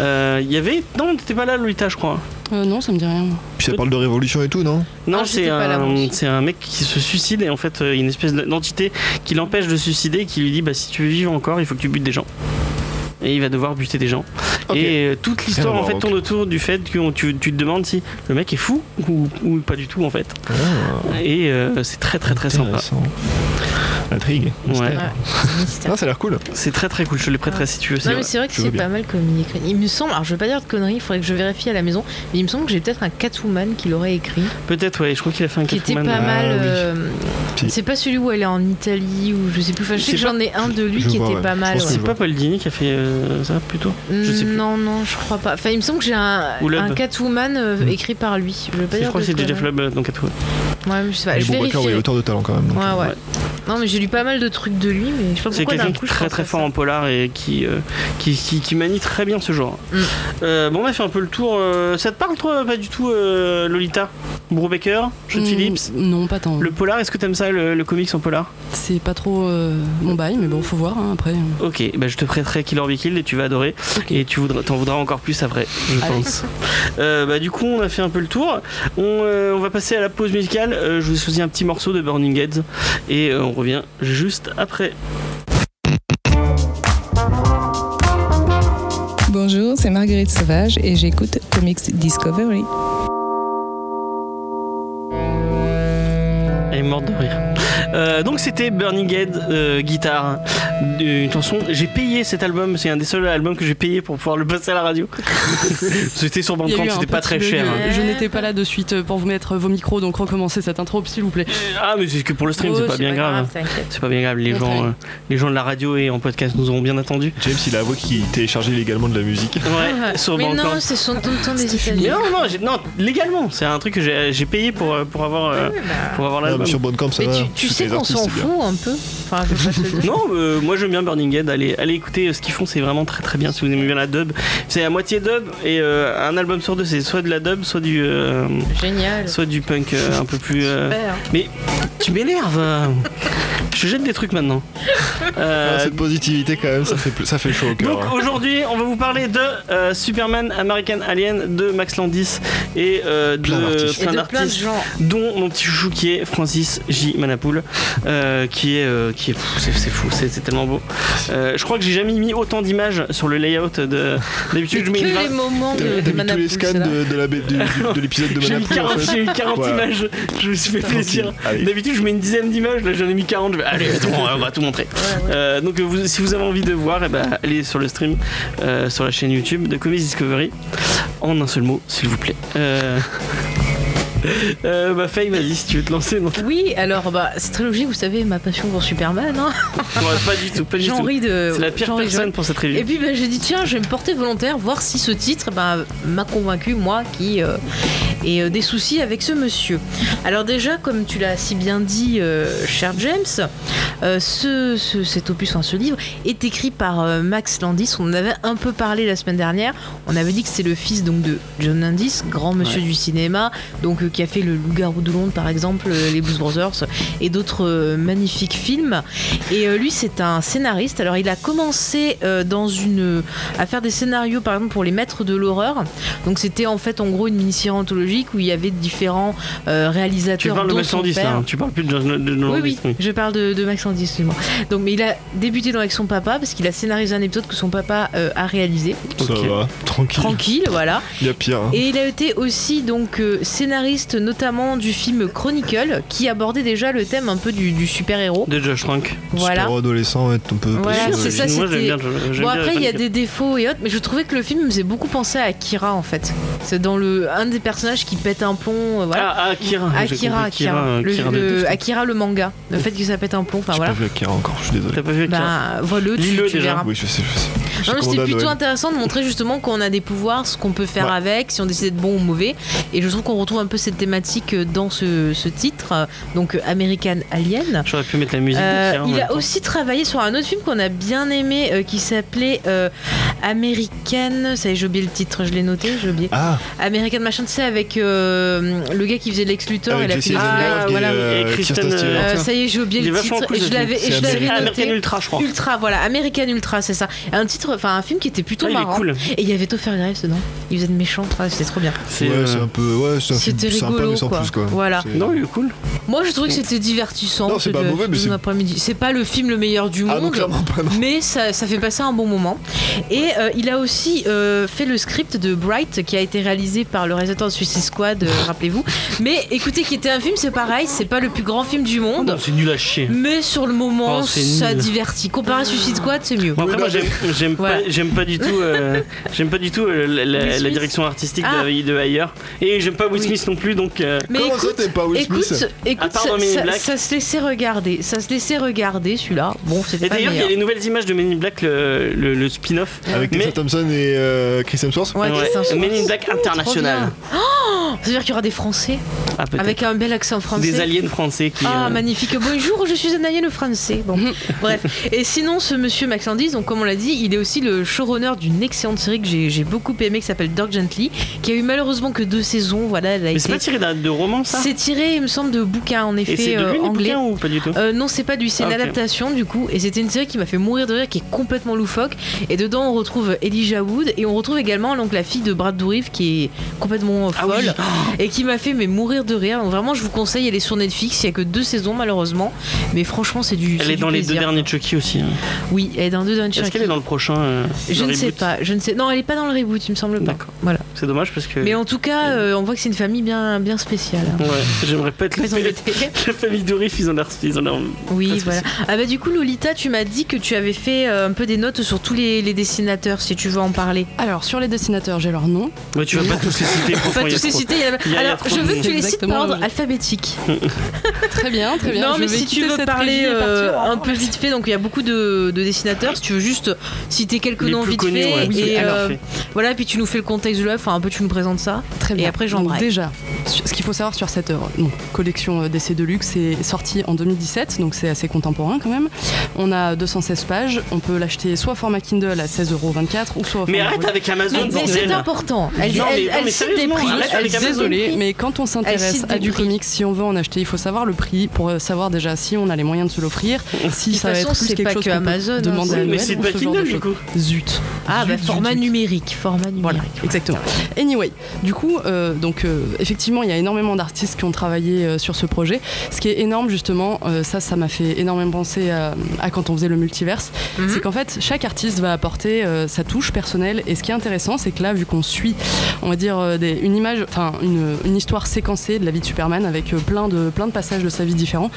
S2: Euh, Il y avait. Non, t'étais pas là, Lolita, je crois.
S5: Euh, non, ça me dit rien.
S4: Puis ça parle de révolution et tout, non
S2: Non,
S3: Ah,
S2: c'est
S3: j'étais pas là, moi
S2: un,
S3: aussi.
S2: c'est un mec qui se suicide et en fait, euh, il y a une espèce d'entité qui l'empêche de se suicider et qui lui dit bah, si tu veux vivre encore, il faut que tu butes des gens. Et il va devoir buter des gens.
S4: Ok.
S2: Et euh, toute l'histoire
S4: Rien à
S2: en fait
S4: voir,
S2: tourne autour du fait que on- tu, tu te demandes si le mec est fou ou, ou pas du tout en fait. Et euh, c'est très très très sympa.
S4: Ah, Intéressant. Intrigue.
S2: Ouais.
S3: Ouais, c'est un mystère.
S4: Non, ça a l'air cool.
S2: C'est très très cool. Je te les prêterai si tu veux.
S3: Ah. Non
S2: c'est-
S3: mais c'est vrai que
S4: je veux
S3: c'est
S4: bien.
S3: pas mal comme il écrit. Il me semble, alors je vais pas dire de conneries, il faudrait que je vérifie à la maison, mais il me semble que j'ai peut-être un Catwoman qui l'aurait écrit,
S2: Peut-être, ouais. Je crois qu'il a fait un
S3: qui était
S2: Catwoman,
S3: pas
S2: euh,
S3: mal.
S4: oui.
S3: euh,
S4: Puis-
S3: C'est pas celui où elle est en Italie ou je sais plus. Enfin, je sais
S2: C'est
S3: que j'en ai un de lui
S4: je
S3: qui
S4: vois,
S3: était
S4: ouais.
S3: pas
S4: Je
S3: mal.
S4: pense que
S3: ouais.
S2: C'est pas Paul Dini qui a fait euh, ça plutôt je sais plus.
S3: Non non, je crois pas. Enfin, il me semble que j'ai un,
S2: Ou Loeb.
S3: un Catwoman euh, écrit par lui. Je veux pas
S2: Je
S3: dire
S2: crois que
S3: de
S2: c'est déjà
S3: conneries.
S2: Flub, donc à toi.
S3: Ouais, mais je sais pas.
S4: Mais
S3: Bah, je
S4: bon, Walker,
S3: vérifierai.
S4: ouais, il est auteur de talent quand même. donc,
S3: Ouais,
S4: euh,
S3: ouais.
S2: Ouais.
S3: Non, mais j'ai lu pas mal de trucs de lui, mais je sais pas
S2: C'est
S3: pourquoi
S2: quelqu'un
S3: d'un
S2: qui
S3: coup
S2: est
S3: je
S2: très
S3: pense
S2: très
S3: à
S2: fort
S3: ça.
S2: en polar et qui, euh, qui, qui, qui manie très bien ce genre. Euh, bon, on a fait un peu le tour. euh, ça te parle, toi, pas du tout, euh, Lolita Brubaker, John
S5: Hmm,
S2: Phillips
S5: Non, pas tant.
S2: Le polar, est-ce que t'aimes ça, le, le comics en polar
S5: C'est pas trop euh, mon bail, mais bon, faut voir hein, après.
S2: Ok, bah je te prêterai Killer Be Killed et tu vas adorer.
S5: Ok.
S2: Et tu voudras, t'en voudras encore plus après, je
S5: Allez.
S2: pense. Euh, bah, du coup, on a fait un peu le tour. On, euh, on va passer à la pause musicale. Euh, je vous choisis un petit morceau de Burning Heads et euh, on revient juste après.
S6: Bonjour, c'est Marguerite Sauvage et j'écoute Comics Discovery.
S2: Elle est morte de rire. Euh, donc c'était Burning Head euh, guitare, une chanson. J'ai payé cet album, c'est un des seuls albums que j'ai payé pour pouvoir le passer à la radio. c'était sur
S5: Il y a eu
S2: Bandcamp,
S5: un
S2: c'était pas
S5: petit
S2: très
S5: bug,
S2: cher. hein.
S5: euh, Je n'étais pas là de suite euh, pour vous mettre vos micros, donc recommencez cette intro, s'il vous plaît.
S2: Ah mais c'est que pour le stream,
S3: Oh,
S2: c'est pas bien grave.
S3: t'inquiète.
S2: C'est pas bien grave, les
S5: Bon, très
S2: gens,
S5: bien.
S2: euh, les gens de la radio et en podcast nous auront bien attendu.
S4: James, il a avoué qu'il téléchargeait légalement de la musique.
S2: Ouais, sur
S3: mais
S2: Bandcamp.
S3: non, c'est son tonton
S2: Mais
S3: des États-Unis.
S2: non, non, j'ai- non, légalement, c'est un truc que j'ai j'ai payé pour, euh, pour avoir, euh,
S3: Ouais, bah.
S2: pour avoir
S4: Non,
S2: l'album.
S4: mais sur Bandcamp, ça
S3: Mais
S4: va.
S3: tu, tu
S4: Parce que
S3: sais
S4: les
S3: qu'on
S4: artistes,
S3: s'en
S4: c'est bien.
S3: fout un peu. Enfin, je veux pas te le dire.
S2: Non, euh, moi j'aime bien Burning Head. Allez, allez écouter euh, ce qu'ils font, c'est vraiment très très bien. Si vous aimez bien la dub, c'est à moitié dub et euh, un album sur deux, c'est soit de la dub, soit du, euh,
S3: Génial.
S2: soit du punk euh, un peu plus. euh,
S3: Super.
S2: Mais tu m'énerves. euh. Je jette des trucs maintenant. Euh,
S4: Ah, Cette positivité, quand même, ça fait, pl- ça fait chaud au cœur.
S2: donc
S4: hein.
S2: aujourd'hui, on va vous parler de euh, Superman, American Alien, de Max Landis et euh, de
S4: Plein
S3: Et
S4: d'artistes.
S3: de plein de
S2: d'artistes
S3: gens.
S2: dont mon petit chouchou qui est Francis J. Manapoul, euh, qui est, euh, qui est, pff, c'est, c'est fou, c'est, c'est tellement beau. Euh, je crois que j'ai jamais mis autant d'images sur le layout de. D'habitude, je mets
S3: que
S2: une
S3: les
S2: vingt-
S3: moments
S4: T'as
S3: de, de
S4: t'as mis tous les
S3: Manapool,
S4: scans
S3: c'est là.
S4: de, de la- du- du- de l'épisode de
S2: J'ai mis
S4: Manapool, en
S2: 40,
S4: fait.
S2: j'ai mis 40
S4: Ouais.
S2: images, je me suis fait plaisir.
S4: Tranquille, allez.
S2: D'habitude, je mets une dizaine d'images, là j'en ai mis 40, je vais, allez, attends, on va tout montrer. Euh, donc, vous- si vous avez envie de voir, eh ben, allez sur le stream, euh, sur la chaîne YouTube de Comics Discovery, en un seul mot, s'il vous plaît. Euh... euh, bah, Faye, vas-y, si tu veux te lancer dans ta.
S3: Oui, alors bah, c'est très logique, vous savez, ma passion pour Superman. Hein.
S2: Ouais, pas du tout, pas du
S3: J'en
S2: tout.
S3: ris de.
S2: C'est la pire
S3: j'en ris, j'en
S2: personne
S3: ris.
S2: pour cette review.
S3: Euh, Et puis bah, j'ai dit, tiens, je vais me porter volontaire, voir si ce titre bah, m'a convaincu, moi qui euh, ai euh, des soucis avec ce monsieur. Alors, déjà, comme tu l'as si bien dit, euh, cher James, euh, ce, ce- cet opus, enfin, ce livre, est écrit par euh, Max Landis. On en avait un peu parlé la semaine dernière. On avait dit que c'est le fils donc, de John Landis, grand monsieur du cinéma, donc euh, qui a fait Le Loup-garou de Londres, par exemple, euh, Les Blues Brothers et d'autres euh, magnifiques films. Et euh, lui, c'est un scénariste. Alors, il a commencé euh, dans une, à faire des scénarios, par exemple, pour les maîtres de l'horreur. Donc, c'était en fait, en gros, une mini-série anthologique où il y avait différents euh, réalisateurs.
S2: Tu parles de
S3: dont
S2: Max
S3: son
S2: Landis
S3: père.
S2: là, hein. tu parles plus de John de John
S3: Oui,
S2: Landis.
S3: oui, je parle de, de Max Landis, excuse-moi. Donc, mais il a débuté dans avec son papa parce qu'il a scénarisé un épisode que son papa euh, a réalisé.
S4: Ça
S2: Ok.
S4: va, tranquille.
S3: Tranquille, voilà.
S4: Il y a pire. hein.
S3: Et il a été aussi donc euh, scénariste notamment du film Chronicle qui abordait déjà le thème un peu du, du super-héros.
S2: De Josh Trank.
S3: Voilà.
S4: Super adolescent, ouais, on peut.
S3: Voilà,
S4: passer,
S3: c'est
S4: euh,
S3: ça,
S2: Moi j'aime
S3: c'était-
S2: bien. j'aime
S3: Bon
S2: bien
S3: après il y a
S2: Josh
S3: des défauts et autres, mais je trouvais que le film me faisait beaucoup penser à Akira en fait. C'est dans le un des personnages qui pète un plomb, euh,
S2: Trank.
S3: voilà.
S2: Ah, Akira. j'ai
S3: Akira,
S2: compris,
S3: Akira,
S2: euh,
S3: le,
S2: Kira
S3: le-
S2: de-
S3: Akira le manga, le fait que ça pète un plomb, enfin
S4: J'ai
S3: voilà.
S4: pas vu Akira encore, je suis désolé.
S2: T'as pas vu Akira
S3: Bah voilà, tu,
S2: Lis-le
S3: tu
S2: déjà.
S3: verras.
S4: Oui, je sais, je sais. Je
S3: Non, mais
S4: commande
S3: c'était
S4: à
S3: plutôt
S4: Noël.
S3: intéressant de montrer justement qu'on a des pouvoirs, ce qu'on peut faire
S4: Ouais.
S3: avec, si on décide d'être bon ou mauvais. Et je trouve qu'on retrouve un peu cette thématique euh, dans ce, ce titre, euh, donc euh, American Alien.
S2: J'aurais pu mettre la musique
S3: Euh,
S2: d'Akira. en
S3: il
S2: même
S3: a
S2: temps.
S3: aussi travaillé sur un autre film qu'on a bien aimé euh, qui s'appelait euh, American. Ça y est, j'ai oublié le titre, je l'ai noté, j'ai oublié.
S4: Ah,
S3: American Machin, c'est avec euh, le gars qui faisait Lex Luthor
S4: avec
S3: et la
S4: Jesse
S3: fille.
S2: Eisenberg
S4: Eisenberg
S2: Ah,
S4: et,
S2: voilà, oui.
S4: euh,
S2: Et Kristen,
S4: Kirsten Stewart.
S2: euh,
S3: Euh, ça y est, j'ai oublié
S2: Il est
S3: le
S2: vachement
S3: titre
S2: cool,
S3: et
S2: ce
S3: je
S2: film.
S3: l'avais et
S4: C'est
S3: je l'avais
S2: Américaine
S3: noté.
S2: Ultra, je crois.
S3: Ultra, voilà, American Ultra, c'est ça. Un titre, enfin un film qui était plutôt
S2: Ah, il est
S3: marrant.
S2: cool.
S3: Et il y avait Topher Graves dedans. Il faisait de méchant, ah, c'était trop bien.
S2: C'est,
S4: Ouais,
S2: euh,
S4: c'est un peu. Ouais, c'est un film
S3: C'était
S4: sympa,
S3: rigolo,
S4: mais sans
S3: quoi.
S4: plus, quoi.
S3: Voilà.
S4: C'est-
S2: Non, il est cool.
S3: Moi, je trouvais que c'était divertissant.
S4: Non, c'est
S3: ce
S4: pas
S3: de-
S4: mauvais, mais
S3: ce
S4: c'est-
S3: après-midi. C'est pas le film le meilleur du
S4: Ah, non,
S3: monde.
S4: clairement pas, non.
S3: mais ça, ça fait passer un bon moment. Et euh, il a aussi euh, fait le script de Bright, qui a été réalisé par le réalisateur de Suicide Squad, euh, rappelez-vous. Mais écoutez, qui était un film, c'est pareil, c'est pas le plus grand film du monde.
S2: Non, c'est nul à chier.
S3: Mais sur le moment,
S2: Oh, c'est
S3: ça
S2: nul.
S3: divertit. Comparé à Suicide Squad, c'est mieux.
S2: Bon, après, moi j'aime, j'aime
S3: Voilà.
S2: pas, j'aime pas du tout, euh, j'aime pas du tout euh, la, la-
S3: Will
S2: la
S3: Smith.
S2: direction artistique
S3: Ah.
S2: de, de Ayer. Et j'aime pas Will
S3: Oui.
S2: Smith non plus, donc. euh,
S3: Mais
S4: Comment ça,
S3: écoute,
S4: t'aimes pas Will
S3: écoute,
S4: Smith
S2: À
S3: écoute
S2: part dans
S3: ça,
S2: Men in
S3: ça-
S2: Black.
S3: ça se laissait regarder, ça se laissait regarder celui-là. Bon, c'était
S2: Et
S3: pas le
S2: d'ailleurs, il y a
S3: meilleur.
S2: les nouvelles images de Men in Black, le, le- le spin-off.
S4: Avec
S2: Mais-
S4: Tessa Thompson et euh, Chris Hemsworth
S3: Ouais,
S2: Ouais,
S3: Christian
S2: Men in
S3: Swartz.
S2: Black
S3: Ouh, trop
S2: International.
S3: bien. Oh, ça veut dire qu'il y aura des Français
S2: Ah, peut-être.
S3: avec un bel accent français.
S2: Des aliens français qui.
S3: Ah,
S2: euh,
S3: magnifique. Bonjour, je suis un alien français. Bon, bref. Et sinon, ce monsieur Maxandis, donc comme on l'a dit, il est aussi le showrunner d'une excellente série que j'ai j'ai beaucoup aimée qui s'appelle Dirk Gently, qui a eu malheureusement que deux saisons. Voilà, elle a
S2: Mais
S3: été-
S2: c'est pas tiré d'un- de roman, ça
S3: C'est tiré, il me semble, de bouquins en
S2: Et
S3: effet
S2: c'est de
S3: euh,
S2: lui, les
S3: anglais.
S2: bouquins, ou pas du tout
S3: Euh, non, c'est pas du, c'est
S2: Ah,
S3: une
S2: ok.
S3: adaptation du coup, et c'était une série qui m'a fait mourir de rire, qui est complètement loufoque. Et dedans, on retrouve Elijah Wood, et on retrouve également donc la fille de Brad Dourif, qui est complètement euh,
S2: Ah oui.
S3: folle, et qui m'a fait mais mourir de rire. Donc vraiment, je vous conseille, elle est sur Netflix. Il y a que deux saisons malheureusement, mais franchement, c'est du.
S2: Elle
S3: c'est
S2: est
S3: du
S2: dans les deux
S3: plaisir.
S2: derniers Chucky aussi. hein.
S3: Oui, elle est dans deux derniers.
S2: Est-ce qu'elle est dans le prochain euh, le
S3: Je ne sais
S2: reboot
S3: pas, je ne sais. Non, elle est pas dans le reboot, il me semble pas.
S2: D'accord.
S3: Voilà.
S2: C'est dommage parce que.
S3: Mais en tout cas, euh, on voit que c'est une famille bien, bien spéciale. hein.
S2: Ouais, j'aimerais pas être
S3: Très
S2: le
S3: embêtée.
S2: La famille Dorif, ils en ont. Ils en ont... Pas
S3: Oui,
S2: de
S3: voilà. Ah bah du coup, Lolita, tu m'as dit que tu avais fait euh, un peu des notes sur tous les, les dessinateurs, si tu veux en parler.
S5: Alors, sur les dessinateurs, j'ai leur nom.
S2: Ouais, tu vas pas tous les citer.
S3: Pas
S2: franchement, il y a
S3: tous les
S2: trop.
S3: citer. il y en a-
S2: il y a
S3: Alors,
S2: trop
S3: je
S2: de
S3: veux que tu les cites
S5: Exactement,
S3: par ordre
S5: je-
S3: alphabétique.
S5: Très bien, très bien.
S3: non,
S5: je
S3: mais
S5: vais
S3: si tu
S5: quitter
S3: veux
S5: cette
S3: parler
S5: régie et
S3: euh,
S5: partir.
S3: un peu vite fait, donc il y a beaucoup de, de dessinateurs. Si tu veux juste citer quelques
S2: Les
S3: noms
S2: plus
S3: vite
S2: connus,
S3: fait,
S2: ouais. Oui,
S3: et
S2: tout à
S3: euh,
S2: fait.
S3: voilà, puis tu nous fais le contexte de l'œuvre. Enfin, un peu, tu nous présentes ça.
S5: Très bien.
S3: après, j'en
S5: Donc,
S3: braille.
S5: Déjà, sur- ce qu'il faut savoir sur cette œuvre, donc, collection euh, d'essais de luxe, est sortie en 2017, donc c'est assez contemporain quand même. On a 216 pages, on peut l'acheter soit au format Kindle à 16,24€ ou soit au
S2: Mais
S5: format
S2: arrête avec Amazon,
S3: Mais mais
S2: bordel.
S3: c'est important. Elle,
S2: Non, mais-
S3: elle-
S2: non,
S3: elle
S2: mais
S3: cite des
S2: sérieusement,
S3: prix.
S2: arrête
S3: elle
S2: avec
S3: cite
S2: Amazon.
S3: des
S5: Désolée,
S3: prix.
S5: mais quand on
S3: Elle
S5: s'intéresse
S3: cite
S5: à
S3: des
S5: du
S3: prix.
S5: comics, si on veut en acheter, il faut savoir le prix pour euh, savoir déjà si on a les moyens de se l'offrir, si
S3: De toute
S5: ça va
S3: façon,
S5: être plus
S3: c'est
S5: quelque
S3: pas
S5: chose
S3: que
S5: qu'on peut
S3: Amazon, hein,
S5: demander
S3: c'est-
S5: à
S2: Oui, mais
S5: Noël
S2: c'est
S5: ou
S2: pas
S5: ce genre de
S2: Kindle du
S5: choses.
S2: coup.
S5: Zut.
S3: Ah, bah,
S5: Zut, zut,
S3: format
S5: zut.
S3: numérique. Format
S5: Voilà,
S3: numérique.
S5: exactement. Anyway, du coup, euh, donc euh, effectivement, il y a énormément d'artistes qui ont travaillé euh, sur ce projet. Ce qui est énorme, justement, euh, ça, ça m'a fait énormément penser à, à quand on faisait le multiverse.
S3: Mhm.
S5: C'est qu'en fait, chaque artiste va apporter euh, sa touche personnelle. Et ce qui est intéressant, c'est que là, vu qu'on suit, on va dire, euh, des- une image, enfin, une, une histoire séquencée de la vie de Superman avec euh, plein, de, plein de passages de sa vie différents,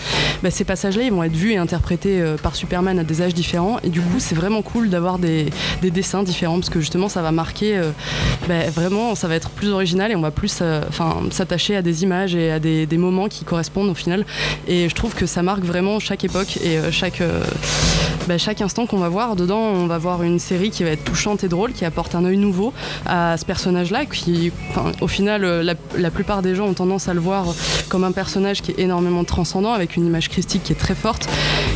S5: bah, ces passages-là, ils vont être vus et interprétés euh, par Superman à des âges différents. Et du coup, c'est vraiment cool d'avoir des, des dessins différents parce que justement, ça va marquer. euh, ben, vraiment, ça va être plus original et on va plus euh, enfin, s'attacher à des images et à des, des moments qui correspondent au final. Et je trouve que ça marque vraiment chaque époque et euh, chaque, euh, ben, chaque instant qu'on va voir. Dedans, on va voir une série qui va être touchante et drôle, qui apporte un œil nouveau à ce personnage-là. Qui, enfin, au final, euh, la, la plupart des gens ont tendance à le voir comme un personnage qui est énormément transcendant, avec une image christique qui est très forte.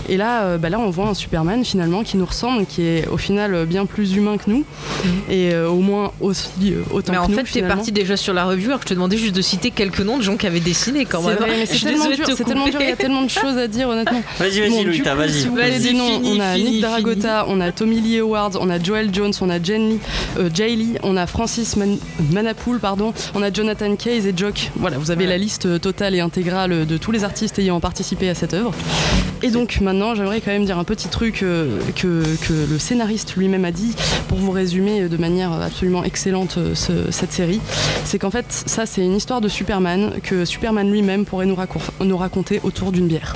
S5: Et là, euh, ben là, on voit un Superman finalement qui nous ressemble, qui est au final euh, bien plus humain que nous et euh, au moins aussi euh,
S3: Mhm.
S5: autant
S3: Mais en
S5: que nous,
S3: fait, t'es
S5: finalement.
S3: parti déjà sur la revue, alors que je te demandais juste de citer quelques noms de gens qui avaient dessiné quand
S5: C'est
S3: même. hein.
S5: vrai, mais
S3: Je
S5: c'est
S3: suis
S5: tellement
S3: désolée de
S5: dur,
S3: te
S5: c'est tellement dur, il y a
S3: couper.
S5: tellement de choses à dire honnêtement.
S2: Vas-y, vas-y,
S5: Bon, du
S2: Lolita,
S5: coup,
S2: vas-y.
S5: si vous voulez
S3: Vas-y,
S5: des noms,
S3: fini,
S5: on a
S3: fini,
S5: Nick
S3: fini.
S5: Daragota, on a Tommy Lee Howard, on a Joel Jones, on a Jen Lee, euh, Jay Lee, on a Francis Man- Manapoul, pardon, on a Jonathan Case et Jock. Voilà, vous avez la liste euh, totale et intégrale euh, de tous les artistes ayant participé à cette œuvre. Et donc maintenant, j'aimerais quand même dire un petit truc euh, que, que le scénariste lui-même a dit pour vous résumer euh, de manière absolument excellente euh, ce- cette série. C'est qu'en fait, ça, c'est une histoire de Superman que Superman lui-même pourrait nous, racon- nous raconter autour d'une bière.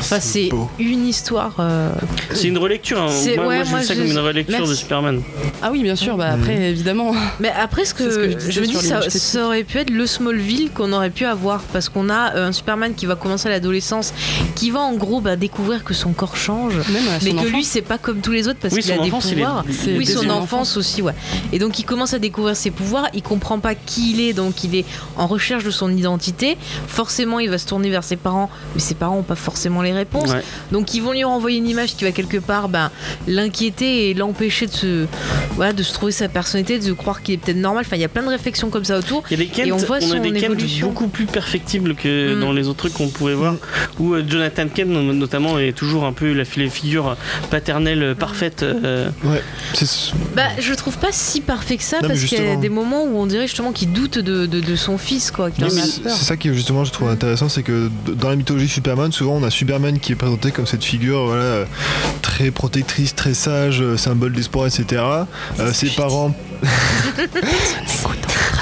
S3: Enfin, Ah, c'est
S4: beau.
S3: une histoire. euh,
S2: C'est une relecture. hein.
S3: C'est-
S2: Moi,
S3: ouais,
S2: moi, je
S3: moi,
S2: dis ça
S3: je-
S2: comme une relecture de
S3: Merci.
S2: Superman.
S5: Ah oui, bien sûr, bah
S4: Mm.
S5: après, évidemment.
S3: Mais après, ce que,
S5: C'est ce que je
S3: je,
S5: disais
S3: me dis,
S5: sur
S3: ça,
S5: l'image
S3: ça aurait pu être le Smallville qu'on aurait pu avoir. Parce qu'on a euh, un Superman qui va commencer à l'adolescence, qui va en gros bah, découvrir que son corps change.
S5: Même à Bah, son
S3: Mais que
S5: enfance.
S3: lui, c'est pas comme tous les autres parce
S2: Oui,
S3: qu'il a
S2: son
S3: des
S2: enfance, il est.
S3: pouvoirs.
S5: C'est
S3: Oui,
S5: dès
S3: son
S5: son
S3: enfance aussi, ouais. Et donc il commence à découvrir ses pouvoirs, il comprend pas qui il est, donc il est en recherche de son identité. Forcément, il va se tourner vers ses parents, mais ses parents ont pas forcément les réponses.
S2: Ouais.
S3: Donc ils vont lui renvoyer une image qui va quelque part ben, l'inquiéter et l'empêcher de se, voilà, de se trouver sa personnalité, de se croire qu'il est peut-être normal. Enfin, il y a plein de réflexions comme ça autour.
S2: Il y a des Kent,
S3: Et on voit
S2: on a
S3: son
S2: des Kent
S3: évolution.
S2: beaucoup plus perfectibles que
S3: Mm.
S2: dans les autres trucs qu'on pouvait voir. Où euh, Jonathan Kent, no- notamment, est toujours un peu la fi- les figures paternelle euh, parfaite. euh,
S4: Ouais, c'est-
S3: Bah, je trouve pas si parfait que ça
S4: Non, mais
S3: parce qu'il y a
S4: justement.
S3: des moments où on dirait justement qu'il doute de, de- de son fils, quoi. qu'il
S4: Non,
S3: en
S4: mais
S3: a
S4: c'est
S3: peur.
S4: c'est ça que justement je trouve intéressant, c'est que d- dans la mythologie Superman, souvent on a Superman qui est présenté comme cette figure voilà, euh, très protectrice, très sage, euh, symbole d'espoir, etc. Euh, ses parents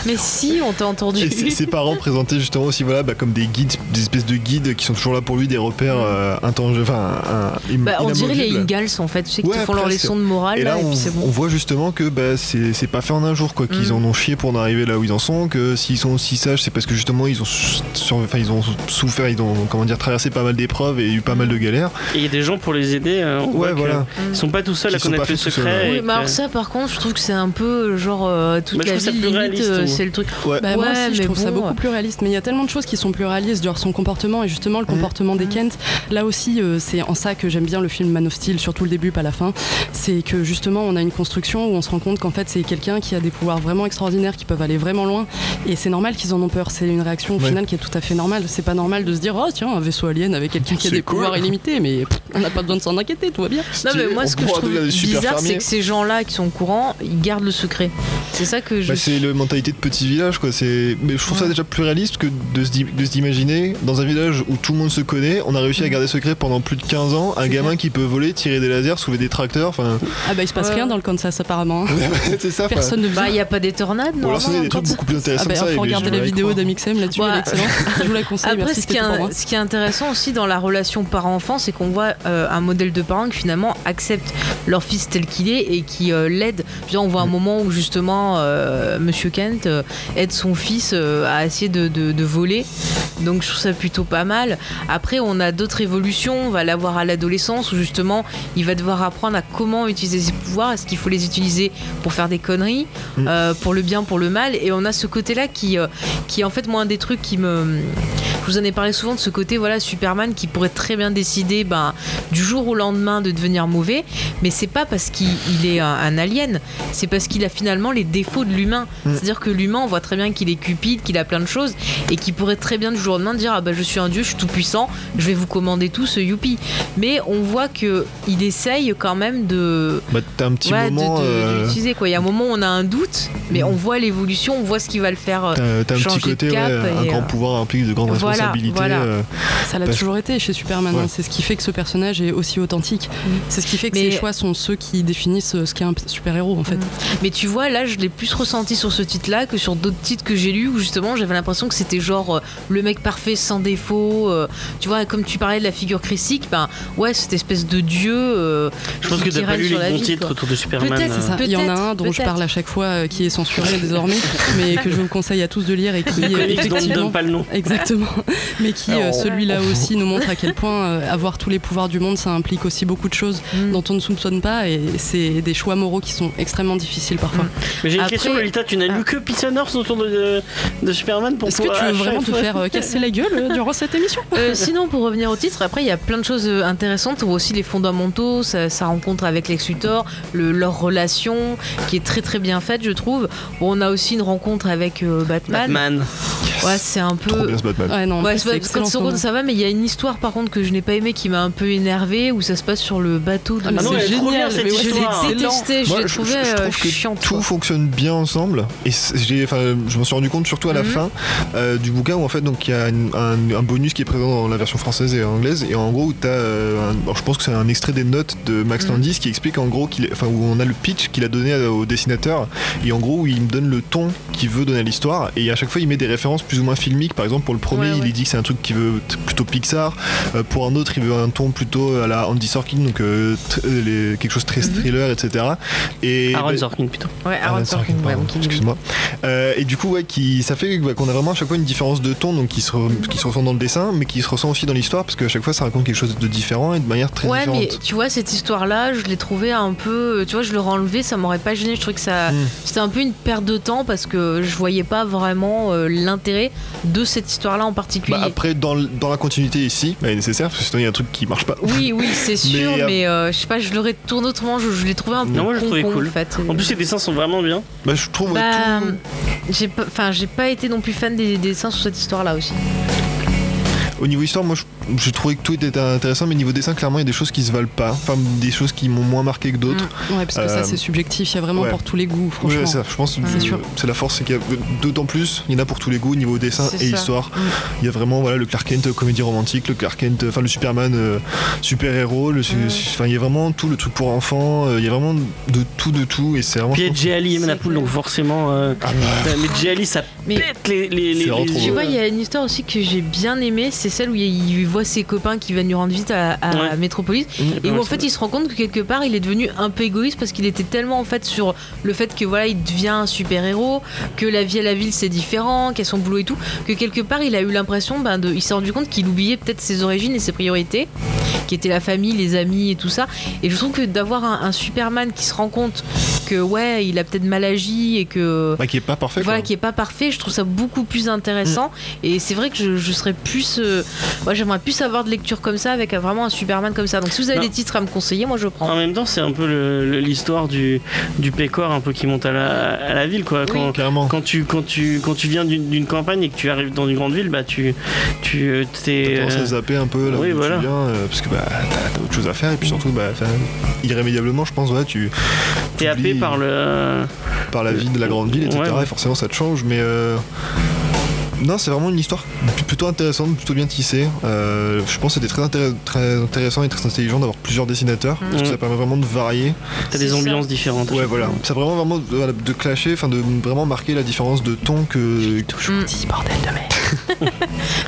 S3: Mais si, on t'a entendu.
S4: Et ses ses parents présentaient justement aussi voilà, bah, comme des guides, des espèces de guides qui sont toujours là pour lui, des repères euh, intangibles, enfin, un- im-
S3: Bah, on dirait les
S4: inamovibles.
S3: Ingalls en fait, tu sais, qui
S4: Ouais,
S3: te font leurs
S4: presque.
S3: leçons de morale
S4: Et
S3: Ah là,
S4: là,
S3: et
S4: on,
S3: puis c'est bon.
S4: on voit justement que bah, c'est c'est pas fait en un jour, quoi. Qu'ils
S3: Mm.
S4: en ont chié pour en arriver là où ils en sont. Que s'ils sont aussi sages, c'est parce que justement ils ont, su- sur- enfin, ils ont souffert, ils ont comment dire traversé pas mal d'épreuves et eu pas
S3: Mm.
S4: mal de galères.
S2: Et il y a des gens pour les aider. euh, on voit
S4: Ouais,
S2: que
S4: voilà.
S2: Ils sont pas tout seuls à
S4: Qu'ils sont
S2: connaître
S4: pas euh,
S2: le
S4: faits tout seuls,
S2: secret.
S4: ouais.
S2: et
S3: Oui,
S2: que-
S3: mais alors ça, par contre, je trouve que c'est un peu euh, genre euh, toute
S2: Bah, je
S3: la
S2: trouve ça
S3: ville
S2: plus
S3: limite,
S2: réaliste,
S3: euh,
S2: ou-
S3: c'est le truc.
S4: Ouais.
S5: Bah, moi
S3: Ouais,
S5: aussi, je
S3: mais
S5: trouve ça
S3: bon.
S5: beaucoup plus réaliste. Mais il y a tellement de choses qui sont plus réalistes, genre son comportement et justement le
S4: Mm.
S5: comportement
S3: Mm.
S5: des Kent. Là aussi, euh, c'est en ça que j'aime bien le film Man of Steel, surtout le début, pas la fin. C'est que justement, on a une construction où on se rend compte qu'en fait, c'est quelqu'un qui a des pouvoirs vraiment extraordinaires, qui peuvent aller vraiment loin. Et c'est normal qu'ils en ont peur. C'est une réaction au
S4: Ouais.
S5: final qui est tout à fait normale. C'est pas normal de se dire, oh tiens, un vaisseau alien avec quelqu'un qui a
S4: C'est
S5: des
S4: cool.
S5: pouvoirs illimités, mais pff, on n'a pas besoin de s'en inquiéter, tout va bien.
S3: Non, mais
S4: Stylé,
S3: moi,
S4: on
S3: ce que je
S4: pourra
S3: trouve
S4: devenir des super
S3: bizarre,
S4: fermiers.
S3: c'est que ces gens-là qui sont au courant, ils gardent le secret. C'est ça que je.
S4: Bah, c'est la mentalité de petit village, quoi. C'est, mais je trouve ça
S3: Ouais.
S4: déjà plus réaliste que de se di- de s'imaginer dans un village où tout le monde se connaît. On a réussi
S3: Mm.
S4: à garder secret pendant plus de 15 ans. Un
S5: C'est
S4: gamin qui peut voler, tirer des lasers, soulever des tracteurs. Enfin,
S5: Ah bah, il se passe
S3: Ouais.
S5: rien dans le Kansas apparemment. hein.
S4: c'est ça. enfin.
S5: Personne ne vit.
S3: Bah, il n'y a pas des tornades,
S4: Ou alors, c'est
S3: normalement,
S4: des trucs
S3: quand-
S4: beaucoup plus
S5: Ah
S4: intéressants
S5: bah,
S4: que ça.
S5: faut
S4: mais
S5: regarder
S4: je
S5: la
S4: vais y
S5: vidéo
S4: croire.
S5: d'Amixem là-dessus, elle
S3: Ouais.
S5: est excellente. Je vous la conseille,
S3: Après,
S5: merci,
S3: ce qui,
S5: c'était
S3: est,
S5: tout pour moi.
S3: ce qui est intéressant aussi dans la relation parent-enfant, c'est qu'on voit euh, un modèle de parent qui finalement accepte leur fils tel qu'il est et qui euh, l'aide. Je veux dire, On voit un moment où justement euh, Monsieur Kent euh, aide son fils euh, à essayer de, de- de voler. Donc je trouve ça plutôt pas mal. Après, on a d'autres évolutions. On va l'avoir à l'adolescence où justement il va devoir apprendre à comment utiliser ses pouvoirs. Est-ce qu'il faut les utiliser pour faire des conneries,
S4: Mm.
S3: euh, pour le bien, pour le mal Et on a ce côté-là qui, euh, qui est en fait moi un des trucs qui me je vous en ai parlé souvent de ce côté voilà Superman qui pourrait très bien décider ben, du jour au lendemain de devenir mauvais mais c'est pas parce qu'il il est un, un alien c'est parce qu'il a finalement les défauts de l'humain
S4: Mm.
S3: c'est à dire que l'humain on voit très bien qu'il est cupide qu'il a plein de choses et qui pourrait très bien du jour au lendemain dire ah bah je suis un dieu je suis tout puissant je vais vous commander tout ce youpi mais on voit que il essaye quand même de
S4: Bah, t'as un petit
S3: ouais, de-
S4: moment.
S3: de- de
S4: euh,
S3: l'utiliser, quoi il y a un moment où on a un doute mais
S4: Mm.
S3: on voit l'évolution on voit ce qu'il va le faire euh,
S4: T'as t'as un
S3: changer
S4: petit
S3: de
S4: côté,
S3: cap
S4: ouais, un
S3: et,
S4: grand
S3: euh,
S4: pouvoir implique de grandes
S3: voilà,
S4: responsabilités.
S3: voilà.
S4: euh,
S5: Ça l'a
S4: Parce-
S5: toujours été chez Superman. hein.
S4: Ouais.
S5: C'est ce qui fait que ce personnage est aussi authentique.
S3: Mm.
S5: C'est ce qui fait que
S3: Mais-
S5: ses choix sont ceux qui définissent euh, ce qu'est un p- super-héros en fait.
S3: Mm. Mais tu vois, là, je l'ai plus ressenti sur ce titre-là que sur d'autres titres que j'ai lus où justement j'avais l'impression que c'était genre euh, le mec parfait sans défaut. euh, tu vois, comme tu parlais de la figure christique, ben ouais, cette espèce de dieu. euh,
S2: Je pense
S3: qui-
S2: que
S3: qui
S2: t'as pas
S3: règne
S2: lu les
S3: sur la
S2: bons
S3: ville,
S2: titres
S3: quoi.
S2: autour de Superman.
S3: Peut-être,
S2: euh,
S3: c'est ça.
S5: Il y en a
S3: Peut-être,
S5: un dont je
S3: peut-être.
S5: parle à chaque fois euh, qui est censuré désormais, mais que je vous conseille à tous de lire et qui euh,
S2: Comics dont on ne
S5: effectivement
S2: donne pas le nom.
S5: Exactement. Mais qui, euh,
S2: Alors, on-
S5: celui-là aussi, nous montre à quel point euh, avoir tous les pouvoirs du monde, ça implique aussi beaucoup de choses
S3: Mm.
S5: dont on ne soupçonne pas. Et c'est des choix moraux qui sont extrêmement difficiles parfois.
S3: Mm.
S2: Mais j'ai une
S3: Après- ah.
S2: question, Lolita, tu n'as lu que Peace and Earth autour de, de, de Superman pour
S5: Est-ce que
S2: pouvoir
S5: tu veux
S2: à chaque
S5: vraiment te
S2: fois-
S5: faire euh, casser la gueule euh, durant cette émission
S3: Euh, sinon, pour revenir au titre, après, il y a plein de choses euh, intéressantes. On voit aussi les fondamentaux, sa, sa rencontre avec Lex Luthor, le- leur relation, qui est très très bien faite, je trouve. Bon, on a aussi une rencontre avec euh, Batman.
S2: Batman.
S3: Ouais, c'est un
S4: Trop
S3: peu.
S4: bien ce Batman.
S5: Ouais, non, en
S3: Ouais,
S5: plus,
S3: c'est vrai
S5: c'est
S3: que quand
S5: excellent.
S3: ils se
S5: ce moment.
S3: rencontrent, ça va, mais il y a une histoire par contre que je n'ai pas aimée qui m'a un peu énervée où ça se passe sur le bateau de
S5: Ah, mais
S2: Ah non,
S5: c'est
S2: elle est trop
S5: génial,
S2: bien cette
S5: mais ouais, je l'ai
S2: histoire.
S5: dit.
S3: Je l'ai détesté, je
S4: Moi,
S3: l'ai
S4: je-
S3: trouvé
S4: je- je trouve
S3: euh,
S4: que
S3: chiante.
S4: Tout
S3: quoi.
S4: fonctionne bien ensemble et c'est- j'ai, enfin, je m'en suis rendu compte surtout à la
S3: Mhm.
S4: fin euh, du bouquin où en fait donc il y a une- un, un bonus qui est présent dans la version française et anglaise et en gros où t'as euh, un- alors, je pense que c'est un extrait des notes de Max
S3: Mhm.
S4: Landis qui explique en gros qu'il, enfin où on a le pitch qu'il a donné euh, au dessinateur et en gros où il me donne le ton qu'il veut donner à l'histoire et à chaque fois il met des références plus ou moins filmiques par exemple pour le premier
S3: Ouais,
S4: il
S3: ouais.
S4: dit que c'est un truc qui veut t- plutôt Pixar Euh, pour un autre il veut un ton plutôt à la Andy Sorkin donc euh, tr- euh, les- quelque chose de très
S3: Mhm.
S4: thriller etc et
S2: Aaron
S4: bah,
S2: Sorkin, plutôt.
S3: Ouais, Aaron
S4: Aaron
S3: Sorkin,
S4: Sorkin,
S3: ouais,
S4: pardon,
S3: ok.
S4: excuse-moi. Euh, et du coup, ouais, qui, ça fait bah, qu'on a vraiment à chaque fois une différence de ton, donc qui se, re- qui se ressent dans le dessin, mais qui se ressent aussi dans l'histoire, parce qu'à chaque fois, ça raconte quelque chose de différent et de manière très
S3: Ouais, mais
S4: différente.
S3: tu vois, cette histoire-là, je l'ai trouvée un peu. euh, Tu vois, je l'aurais enlevée, ça m'aurait pas gêné. Je trouvais que ça.
S4: Mm.
S3: C'était un peu une perte de temps parce que je voyais pas vraiment euh, l'intérêt de cette histoire-là en particulier.
S4: Bah, après, dans, le- dans la continuité ici, bah, elle est nécessaire, parce que sinon, il y a un truc qui marche pas.
S3: Oui, oui, c'est sûr, mais,
S4: Mais, euh,
S3: euh, je sais pas, je l'aurais tourné autrement. Je, je l'ai trouvé un peu.
S2: Non, moi, je le trouvais
S3: con-con,
S2: cool.
S3: En, fait.
S2: En plus, les dessins sont vraiment bien.
S4: Bah, je trouve. ouais,
S3: Bah,
S4: tout-
S3: j'ai pas, enfin, j'ai pas été non plus fan des, des dessins sur cette histoire-là aussi.
S4: Au niveau histoire, moi, je- j'ai trouvé que tout était intéressant, mais niveau dessin, clairement, il y a des choses qui se valent pas. Enfin, des choses qui m'ont moins marqué que d'autres.
S5: Mm. Ouais, parce que ça,
S4: Euh,
S5: c'est subjectif. Il y a vraiment
S4: ouais.
S5: pour tous les goûts,
S4: Oui,
S5: franchement.
S4: c'est ça. Je pense que
S5: C'est
S4: je-
S5: sûr.
S4: c'est la force, c'est qu'il y a d'autant plus, il y en a pour tous les goûts, niveau dessin
S3: C'est
S4: et
S3: ça.
S4: histoire. Il y a vraiment voilà, le Clark Kent, euh, comédie romantique, le Clark Kent, euh, enfin le Superman, euh, super-héros, le su-
S3: Mm.
S4: su- enfin il y a vraiment tout, le truc pour enfants, euh, il y a vraiment de tout, de tout, et c'est vraiment.
S2: Puis il y a
S4: je
S2: Jay Ali et Manapool, donc forcément. euh,
S4: pense- Ah bah,
S2: putain, mais Jay Ali, ça
S3: Mais-
S2: pète les. les, les,
S4: C'est
S2: les
S4: retrouvable.
S3: Tu
S2: yeux.
S3: vois, il y a une histoire aussi que j'ai bien aimée, c'est celle où il voit ses copains qui viennent lui rendre visite à, à
S2: Ouais.
S3: Metropolis, et où en fait il se rend compte que quelque part il est devenu un peu égoïste parce qu'il était tellement en fait sur le fait que voilà il devient un super héros, que la vie à la ville c'est différent, qu'il y a son boulot et tout, que quelque part il a eu l'impression, ben, de, il s'est rendu compte qu'il oubliait peut-être ses origines et ses priorités, qui étaient la famille, les amis et tout ça. Et je trouve que d'avoir un, un Superman qui se rend compte que ouais il a peut-être mal agi et que
S4: bah, qui est pas parfait.
S3: voilà,
S4: quoi.
S3: qui est pas parfait. Je trouve ça beaucoup plus intéressant.
S2: Mm.
S3: Et c'est vrai que je, je serais plus. euh, moi, j'aimerais plus avoir de lecture comme ça avec euh, vraiment un Superman comme ça. Donc, si vous avez
S2: Non. Ah,
S3: des titres à me conseiller, moi, je prends.
S2: En même temps, c'est un peu le- le- l'histoire du, du pécor un peu qui monte à la, à la ville, quoi. Quand,
S4: Clairement.
S2: quand tu, quand, tu, quand tu viens d'une d'une campagne et que tu arrives dans une grande ville, bah tu, tu euh,
S4: T'as
S2: t'es.
S4: tendance à
S2: euh,
S4: zapper un peu là
S2: oui,
S4: où
S2: voilà.
S4: tu viens, euh, parce que bah, t'as t'as autre chose à faire, et puis surtout, bah, enfin, irrémédiablement, je pense, ouais, tu,
S2: T'es happé
S4: t'oublies-
S2: par le.
S4: par la vie de la grande ville, etc.
S2: Ouais, ouais.
S4: Et forcément, ça te change, mais. euh, Non, c'est vraiment une histoire p- plutôt intéressante, plutôt bien tissée. Euh, je pense que c'était très, intér- très intéressant et très intelligent d'avoir plusieurs dessinateurs, parce que
S2: Mhm.
S4: ça permet vraiment de varier.
S2: T'as des
S3: C'est ça.
S2: ambiances différentes.
S4: Ouais, voilà. Ça permet vraiment de, de clasher, enfin de vraiment marquer la différence de ton que.
S3: Mm.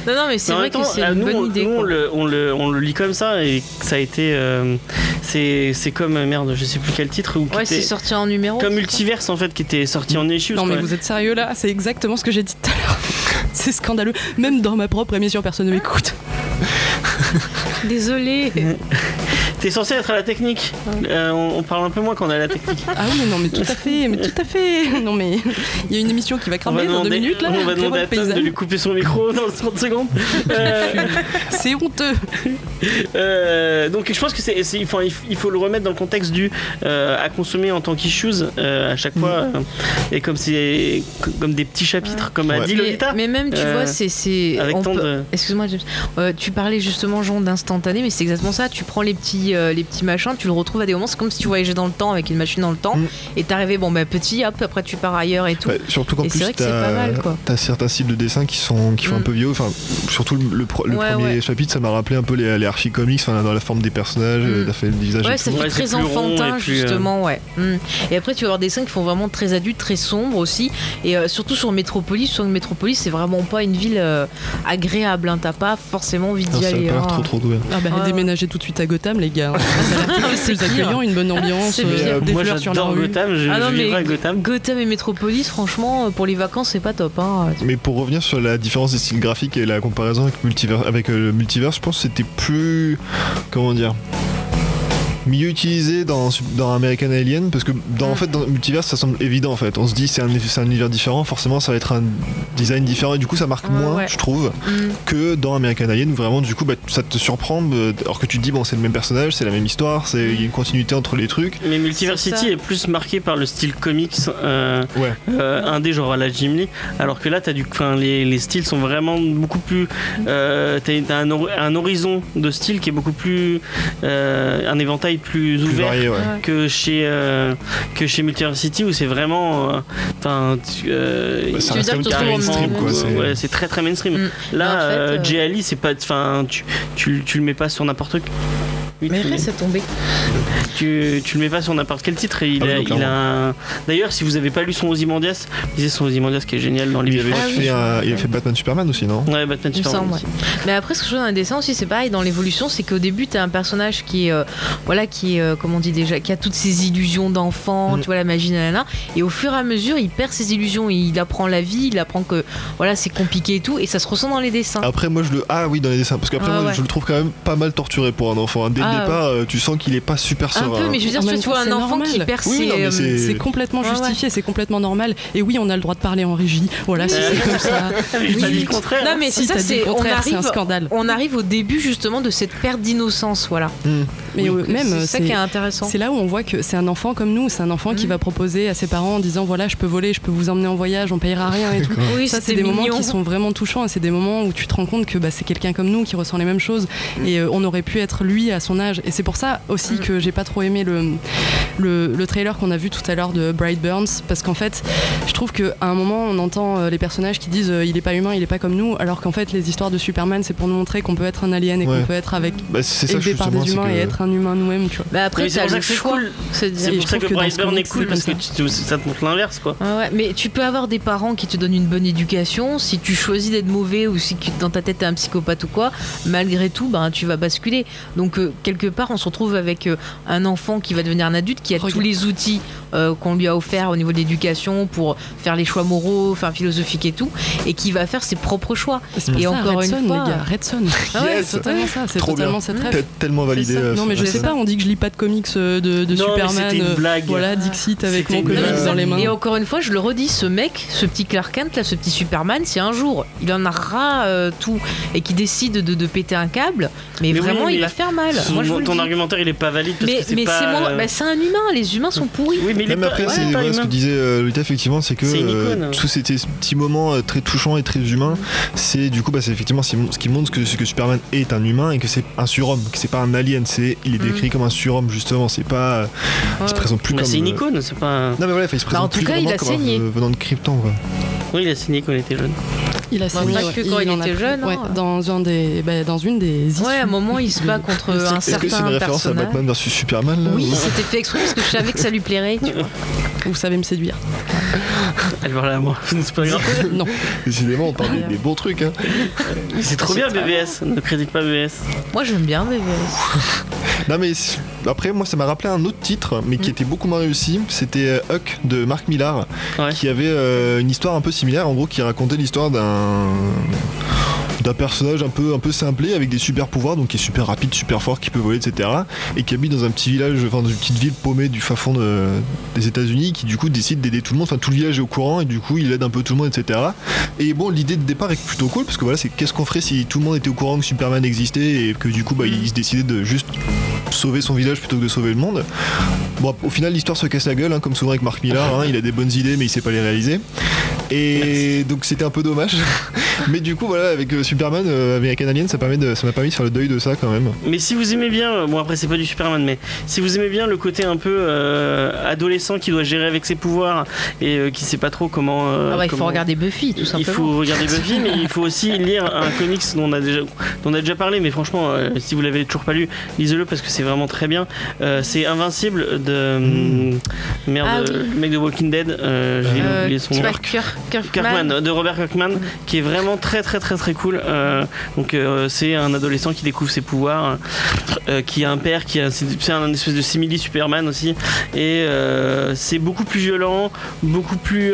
S3: Non, non, mais c'est
S2: Mais en
S3: vrai
S2: même temps,
S3: que c'est
S2: à
S3: une
S2: nous,
S3: bonne
S2: on-
S3: idée.
S2: nous, on,
S3: quoi.
S2: le, on, le, on le lit comme ça et ça a été. euh, c'est c'est comme. euh, Merde, je sais plus quel titre. Ou qui
S3: Ouais,
S2: était-
S3: c'est sorti en numéro.
S2: Comme Multiverse en fait, qui était sorti en issues.
S5: Non mais
S2: quoi.
S5: vous êtes sérieux là C'est exactement ce que j'ai dit tout à l'heure. C'est scandaleux. Même dans ma propre émission, personne ne m'écoute.
S3: Désolé.
S2: T'es censé être à la technique. Euh, on, on parle un peu moins quand on est à la technique.
S5: Ah oui, mais non, mais tout à fait, mais tout à fait. Non mais il y a une émission qui
S2: on
S5: va
S2: va
S5: cramer Ah, dans deux
S2: demander,
S5: minutes là.
S2: on va
S5: Très
S2: demander
S5: bonne
S2: à Tom de
S5: paysanne.
S2: lui couper son micro dans 30 secondes. Euh,
S5: C'est honteux.
S2: Euh, donc je pense que c'est, c'est- il, faut, il faut- il faut le remettre dans le contexte du euh, à consommer en tant qu'issues euh, à chaque fois
S5: Mm.
S2: euh, et comme c'est comme des petits chapitres comme a
S4: Ouais.
S2: dit
S3: mais,
S2: Lolita
S3: mais même, tu
S2: euh,
S3: vois, c'est. c'est
S2: avec
S3: on
S2: tant
S3: peut-
S2: de
S3: Excuse-moi, James. Euh, tu parlais justement, Jean, d'instantané, mais c'est exactement ça. Tu prends les petits, euh, les petits machins, tu le retrouves à des moments. C'est comme si tu voyageais dans le temps avec une machine dans le temps
S4: Mm.
S3: et t'arrivais, bon, bah petit, hop, après tu pars ailleurs et tout.
S4: Ouais, surtout qu'en
S3: Et c'est
S4: plus
S3: vrai que c'est pas mal,
S4: t'as
S3: quoi.
S4: t'as certains styles de dessin qui sont qui font un
S3: Mm.
S4: peu vieux. Enfin, surtout le, le pro- le
S3: Ouais,
S4: premier
S3: ouais.
S4: chapitre, ça m'a rappelé un peu les, les archi comics, enfin, dans la forme des personnages, euh,
S3: Mm.
S4: la fait le visage.
S3: Ouais,
S4: et
S3: ça
S4: tout.
S3: fait
S2: Ouais, c'est
S3: très
S2: plus rond
S3: enfantin,
S2: et plus, euh,
S3: justement, ouais. Mm. Et après, tu vas avoir des dessins qui font vraiment très adultes, très sombres aussi. Et euh, surtout sur Métropolis, sur une Métropolis, c'est vraiment pas une ville euh, agréable. hein. T'as pas forcément envie d'y
S4: Non, Ah, ça a pas
S3: aller.
S4: l'air
S3: hein.
S4: trop trop doué.
S5: Ah bah,
S3: Ouais.
S5: déménagez tout de suite à Gotham, les gars.
S3: C'est
S5: Plus
S3: pire.
S5: accueillant, une bonne ambiance,
S3: C'est pire.
S5: euh, des
S2: moi
S5: fleurs sur la
S2: j'adore
S5: rue.
S2: Gotham je,
S3: Ah non,
S2: je vivrai
S3: mais-
S2: à Gotham
S3: Gotham et Métropolis, franchement, euh, pour les vacances, c'est pas top. Hein.
S4: Mais pour revenir sur la différence des styles graphiques et la comparaison avec, Multiver- avec euh, le multiverse, je pense que c'était plus. Comment dire mieux utilisé dans, Sup- dans American Alien parce que dans,
S3: Mm.
S4: en fait dans Multiverse ça semble évident en fait on se dit c'est un, c'est un univers différent forcément ça va être un design différent et du coup ça marque
S3: Ouais,
S4: moins
S3: ouais.
S4: je trouve
S3: Mm.
S4: que dans American Alien où vraiment du coup bah, ça te surprend euh, alors que tu te dis bon c'est le même personnage c'est la même histoire c'est il y a une continuité entre les trucs
S2: mais Multiversity
S3: ça.
S2: est, plus marqué par le style comics euh,
S4: Ouais.
S2: euh, indé genre à la Jim Lee alors que là t'as du, enfin, les, les styles sont vraiment beaucoup plus euh, t'as, t'as un, hor- un horizon de style qui est beaucoup plus euh, un éventail plus,
S4: plus
S2: ouvert
S4: variés ouais.
S2: que chez euh, que chez Multiversity où c'est vraiment euh, enfin tu- euh,
S4: Bah, ça
S3: Tu veux dire
S4: reste
S3: que
S4: quand même
S3: tout le
S4: très
S3: monde
S4: mainstream
S3: mange,
S4: quoi
S2: ouais,
S4: c'est-
S2: ouais, c'est très très mainstream
S3: Mm.
S2: là
S3: Mais en fait,
S2: euh,
S3: euh,
S2: Jay Ali c'est pas enfin tu, tu tu le mets pas sur n'importe qui oui,
S3: Mais
S2: tu,
S3: après, ça tombait.
S2: tu, tu le mets pas sur n'importe quel titre et il
S4: Ah oui,
S2: a,
S4: non,
S2: il a un- d'ailleurs si vous avez pas lu son Ozymandias lisez son Ozymandias qui est génial dans les
S4: il avait
S2: bifrosts.
S3: Ah oui,
S4: fait
S3: je
S4: un- il a
S3: me
S4: fait Batman Superman aussi non
S2: ouais Batman
S3: Il me
S2: Superman
S3: semble,
S2: aussi.
S3: Mais après, ce que je trouve dans les dessins aussi, c'est pareil dans l'évolution, c'est qu'au début, t'as un personnage qui est, euh, voilà, qui est, euh, comment on dit déjà, qui a toutes ses illusions d'enfant,
S2: Mhm.
S4: Mm.
S3: tu vois, la magie, nanana. Et au fur et à mesure, il perd ses illusions, il apprend la vie, il apprend que, voilà, c'est compliqué et tout, et ça se ressent dans les dessins.
S4: Après, moi je le. Ah oui, dans les dessins. Parce qu'après,
S3: Hein. Ouais,
S4: moi
S3: ouais.
S4: je le trouve quand même pas mal torturé pour un enfant. hein. Dès le
S3: Ah,
S4: au départ, euh, tu sens qu'il est pas super
S3: Un
S4: serein.
S2: hein.
S3: peu, mais je veux dire,
S5: En
S3: tu
S5: même
S3: vois
S5: temps,
S3: un
S5: c'est
S3: enfant
S5: normal.
S3: qui perd
S4: Oui,
S3: ses,
S4: non, mais
S3: euh,
S4: c'est-
S5: C'est complètement
S3: Ouais, ouais.
S5: justifié, c'est complètement normal. Et oui, on a le droit de parler en régie. Voilà, si
S2: Euh.
S5: c'est comme ça.
S2: J'ai pas
S5: Oui,
S2: dit
S5: oui.
S2: le contraire.
S3: Non, mais
S5: Si
S3: c'est ça,
S5: t'as dit
S3: c'est
S5: le
S3: on
S5: contraire, c'est un
S3: arrive,
S5: scandale.
S3: on arrive au début justement de cette perte d'innocence, voilà.
S4: Hmm.
S5: Mais euh, même,
S3: c'est ça qui est
S5: c'est
S3: intéressant.
S5: c'est là où on voit que c'est un enfant comme nous, c'est un enfant qui
S3: Mhm.
S5: va proposer à ses parents en disant voilà, je peux voler, je peux vous emmener en voyage, on payera rien et tout.
S3: Oui,
S5: Ça, c'est
S3: c'était
S5: des moments
S3: mignon.
S5: qui sont vraiment touchants et c'est des moments où tu te rends compte que bah, c'est quelqu'un comme nous qui ressent les mêmes choses et euh, on aurait pu être lui à son âge. Et c'est pour ça aussi
S3: Mm.
S5: que j'ai pas trop aimé le, le, le trailer qu'on a vu tout à l'heure de Bright Burns parce qu'en fait, je trouve qu'à un moment, on entend euh, les personnages qui disent euh, il est pas humain, il est pas comme nous, alors qu'en fait, les histoires de Superman, c'est pour nous montrer qu'on peut être un alien et
S4: Ouais.
S5: qu'on peut être avec.
S4: Bah, c'est ça
S5: élevé par
S4: justement.
S5: des
S4: c'est
S5: humains
S4: que-
S5: et être un humain nous-mêmes, tu vois.
S3: Bah
S2: Mais
S3: après,
S2: c'est
S3: t'as
S2: pour ça
S3: le
S2: que c'est
S3: choix.
S2: cool.
S3: c'est de dire-
S2: C'est
S5: Et
S2: pour
S5: je
S2: ça que
S5: trouve que dans
S2: Bryce
S5: ce
S2: Burn est
S5: comics,
S2: cool
S5: c'est
S2: parce que
S5: comme
S2: tu- tu- ça te montre l'inverse quoi.
S3: Ouais, Ah ouais. Mais tu peux avoir des parents qui te donnent une bonne éducation. Si tu choisis d'être mauvais ou si tu- dans ta tête t'es un psychopathe ou quoi, malgré tout, ben, tu vas basculer. Donc euh, quelque part, on se retrouve avec euh, un enfant qui va devenir un adulte qui a
S5: Regarde.
S3: tous les outils euh, qu'on lui a offerts au niveau de l'éducation pour faire les choix moraux, enfin philosophiques et tout, et qui va faire ses propres choix.
S5: C'est pour
S3: Et
S5: ça,
S3: encore une
S5: Redson,
S3: fois- Mm.
S5: les gars, Redson.
S3: Ah ouais,
S4: Yes.
S5: c'est totalement ça, c'est
S4: Trop bien.
S5: totalement cette rêve.
S4: T'as tellement validé.
S5: C'est ça.
S4: euh,
S5: Non mais je
S4: ça.
S5: sais pas, on dit que je lis pas de comics euh, de, de
S2: Non, mais
S5: Superman.
S2: c'était une
S5: euh,
S2: blague.
S5: Voilà, Dixit avec
S2: C'était
S5: mon
S2: une
S5: comics
S4: blague.
S5: dans les mains.
S3: Et encore une fois, je le redis, ce mec, ce petit Clark Kent, là, ce petit Superman, si un jour il en a ras euh, tout et qui décide de, de péter un câble, mais,
S2: Mais oui,
S3: vraiment, il
S2: mais
S3: va faire mal. Moi, je vous
S2: Son-
S3: le
S2: ton
S3: dis.
S2: argumentaire il est pas valide parce
S3: Mais,
S2: que c'est
S3: mais
S2: pas.
S3: c'est moi-
S2: euh,
S3: bah, c'est un humain, les humains sont pourris.
S2: Oui, mais il est
S4: Même
S2: pas.
S4: après,
S2: ouais,
S4: c'est
S2: pas
S4: vrai, ce
S2: humain.
S4: que disait euh, Lolita, effectivement, c'est que
S2: C'est une
S4: euh,
S2: icône.
S4: tous ces ces petits moments euh, très touchants et très humains, c'est du coup, bah, c'est effectivement c'est mon- ce qui montre que, que Superman est un humain et que c'est un surhomme, que c'est pas un alien, c'est il est décrit comme un surhomme justement, c'est pas. euh, il se présente plus
S2: Bah,
S4: comme.
S2: c'est une
S4: euh,
S2: icône, c'est pas. un-
S4: Non mais voilà, enfin, il se
S3: Bah, en
S4: présente
S3: tout
S4: plus
S3: cas,
S4: vraiment
S3: il a
S4: comme un
S3: saigné.
S4: v- venant de Krypton quoi.
S2: Oui, il a signé quand il était jeune.
S5: Il a
S3: Bah,
S5: saigné,
S3: pas
S5: ouais.
S3: que quand il
S5: en a
S3: était
S5: pris-
S3: jeune,
S5: ouais,
S3: hein.
S5: dans un des, bah, dans une des issues.
S3: Ouais, à un moment, il se bat contre
S5: Est-ce
S3: Euh, un
S5: que
S4: Est-ce que c'est une
S3: certain
S4: référence à
S3: personnage.
S4: Batman versus Superman là
S3: Oui,
S4: ou-
S3: c'était fait exprès parce que je savais que ça lui plairait. tu vois.
S5: Vous savez me séduire.
S2: Elle parle à moi, c'est pas grave.
S5: non.
S4: Décidément, on parle des, des bons trucs. Hein.
S2: C'est trop bien BBS, ne critique pas BBS.
S3: Moi, j'aime bien BVS.
S4: Non mais c'est- après, moi, ça m'a rappelé un autre titre, mais qui
S3: Mm.
S4: était beaucoup moins réussi. C'était euh, Huck de Marc Millar,
S2: Ouais.
S4: qui avait euh, une histoire un peu similaire, en gros, qui racontait l'histoire d'un d'un personnage un peu un peu simplé avec des super pouvoirs donc qui est super rapide super fort qui peut voler etc et qui habite dans un petit village enfin dans une petite ville paumée du fin fond de- des États-Unis qui du coup décide d'aider tout le monde enfin tout le village est au courant et du coup il aide un peu tout le monde etc et bon, l'idée de départ est plutôt cool parce que voilà, c'est qu'est-ce qu'on ferait si tout le monde était au courant que Superman existait et que du coup, bah, il se décidait de juste sauver son village plutôt que de sauver le monde. Bon, au final, l'histoire se casse la gueule, hein, comme souvent avec Marc Millar. hein, il a des bonnes idées, mais il sait pas les réaliser. Et donc, c'était un peu dommage. mais du coup, voilà, avec euh, Superman, euh, American Alien, ça permet de- ça m'a permis de faire le deuil de ça quand même.
S2: Mais si vous aimez bien, euh, bon après c'est pas du Superman, mais si vous aimez bien le côté un peu euh, adolescent qui doit gérer avec ses pouvoirs et euh, qui sait pas trop comment. euh,
S3: Ah bah, il faut
S2: comment-
S3: regarder Buffy, tout
S2: Il
S3: simplement.
S2: faut regarder Buffy, mais il faut aussi lire un comics dont on a déjà, dont on a déjà parlé. Mais franchement, euh, si vous l'avez toujours pas lu, lisez-le parce que c'est vraiment très bien. Euh, c'est Invincible de hum, merde,
S3: Ah oui.
S2: le mec de Walking Dead. euh, J'ai
S3: Euh,
S2: oublié son
S3: c'est
S2: nom.
S3: pas Kirk- Kirkman.
S2: Kirkman, euh, de Robert Kirkman, qui est vraiment très très très très cool. Euh, donc euh, c'est un adolescent qui découvre ses pouvoirs, euh, qui a un père, qui a c'est c'est un espèce de simili Superman aussi, et euh, c'est beaucoup plus violent, beaucoup plus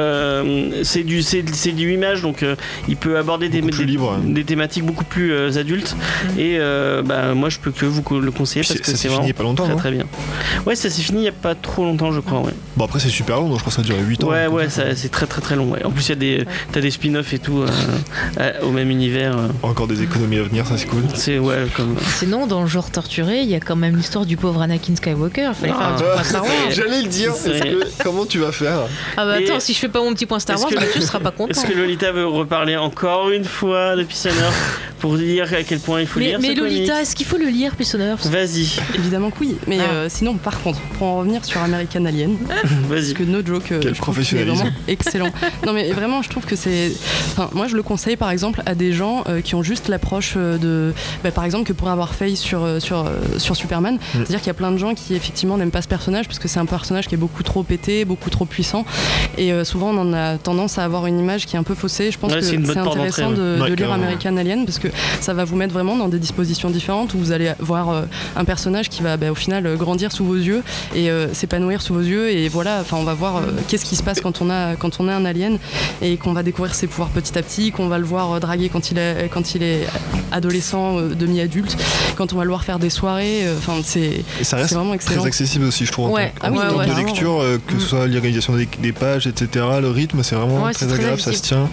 S2: euh, c'est du c'est c'est du image, donc euh, il peut aborder des,
S4: Beaucoup plus
S2: des-
S4: libre.
S2: des thématiques beaucoup plus euh, adultes.
S3: Mhm.
S2: Et euh, bah, moi je peux que vous co- le conseiller
S4: Puis
S2: parce
S4: c'est-
S2: que
S4: ça
S2: c'est
S4: s'est fini il y
S2: vraiment
S4: a pas longtemps.
S2: très
S4: hein.
S2: très bien. Ouais, ça s'est fini il y a pas trop longtemps je crois. Ouais.
S4: Bon, après, c'est super long, donc je pense que ça a duré 8 ans.
S2: Ouais,
S4: hein,
S2: ouais,
S4: comme ça.
S2: ça- c'est très très très long. ouais. En plus, il y a des, t'as des spin-offs et tout euh, euh, au même univers. euh.
S4: Encore des économies à venir, ça c'est cool.
S2: C'est ouais, comme.
S3: Sinon, dans le genre torturé, il y a quand même l'histoire du pauvre Anakin Skywalker. Fallait faire un petit point Star Wars.
S4: J'allais le dire,
S2: C'est-
S4: parce que comment tu vas faire
S3: Ah bah
S2: Et-
S3: attends, si je fais pas mon petit point Star
S2: Est-ce
S3: Wars,
S2: que-
S3: bah, tu seras pas content.
S2: Est-ce que Lolita veut reparler encore une fois de Pissaneur pour dire à quel point il faut
S3: Mais,
S2: lire
S3: mais
S2: ce
S3: Lolita, est-ce qu'il faut le lire, Peace on Earth
S2: comics Vas-y,
S5: Évidemment que oui, mais
S3: Ah.
S5: euh, sinon par contre, pour en revenir sur American Alien,
S2: vas-y.
S5: parce que no joke, euh,
S4: Quel
S5: je trouve qu'il est
S4: professionnalisme.
S5: vraiment excellent. non mais vraiment, je trouve que c'est, enfin, moi je le conseille par exemple à des gens euh, qui ont juste l'approche euh, de, bah, par exemple que pour avoir failli sur euh, sur euh, sur Superman, c'est-à-dire qu'il y a plein de gens qui effectivement n'aiment pas ce personnage parce que c'est un personnage qui est beaucoup trop pété, beaucoup trop puissant, et euh, souvent ça va vous mettre vraiment dans des dispositions différentes où vous allez voir euh, un personnage qui va bah, au final euh, grandir sous vos yeux et euh, s'épanouir sous vos yeux et voilà enfin on va voir euh, qu'est-ce qui se passe quand on a quand on a un alien et qu'on va découvrir ses pouvoirs petit à petit qu'on va le voir euh, draguer quand il est quand il est adolescent euh, demi-adulte quand on va le voir faire des soirées euh, enfin c'est
S4: Et
S5: c'est
S4: ça reste
S5: vraiment
S4: Ah, très
S5: excellent
S4: accessible aussi, je trouve. en
S3: Ouais, Mm.
S4: tant-
S5: ah oui,
S4: en
S5: ouais,
S4: termes de
S5: ouais.
S4: lecture, euh, que ce soit l'organisation des, des pages, etc., le rythme, c'est vraiment
S3: Ouais, c'est
S4: très
S3: très
S4: agréable, ça se tient.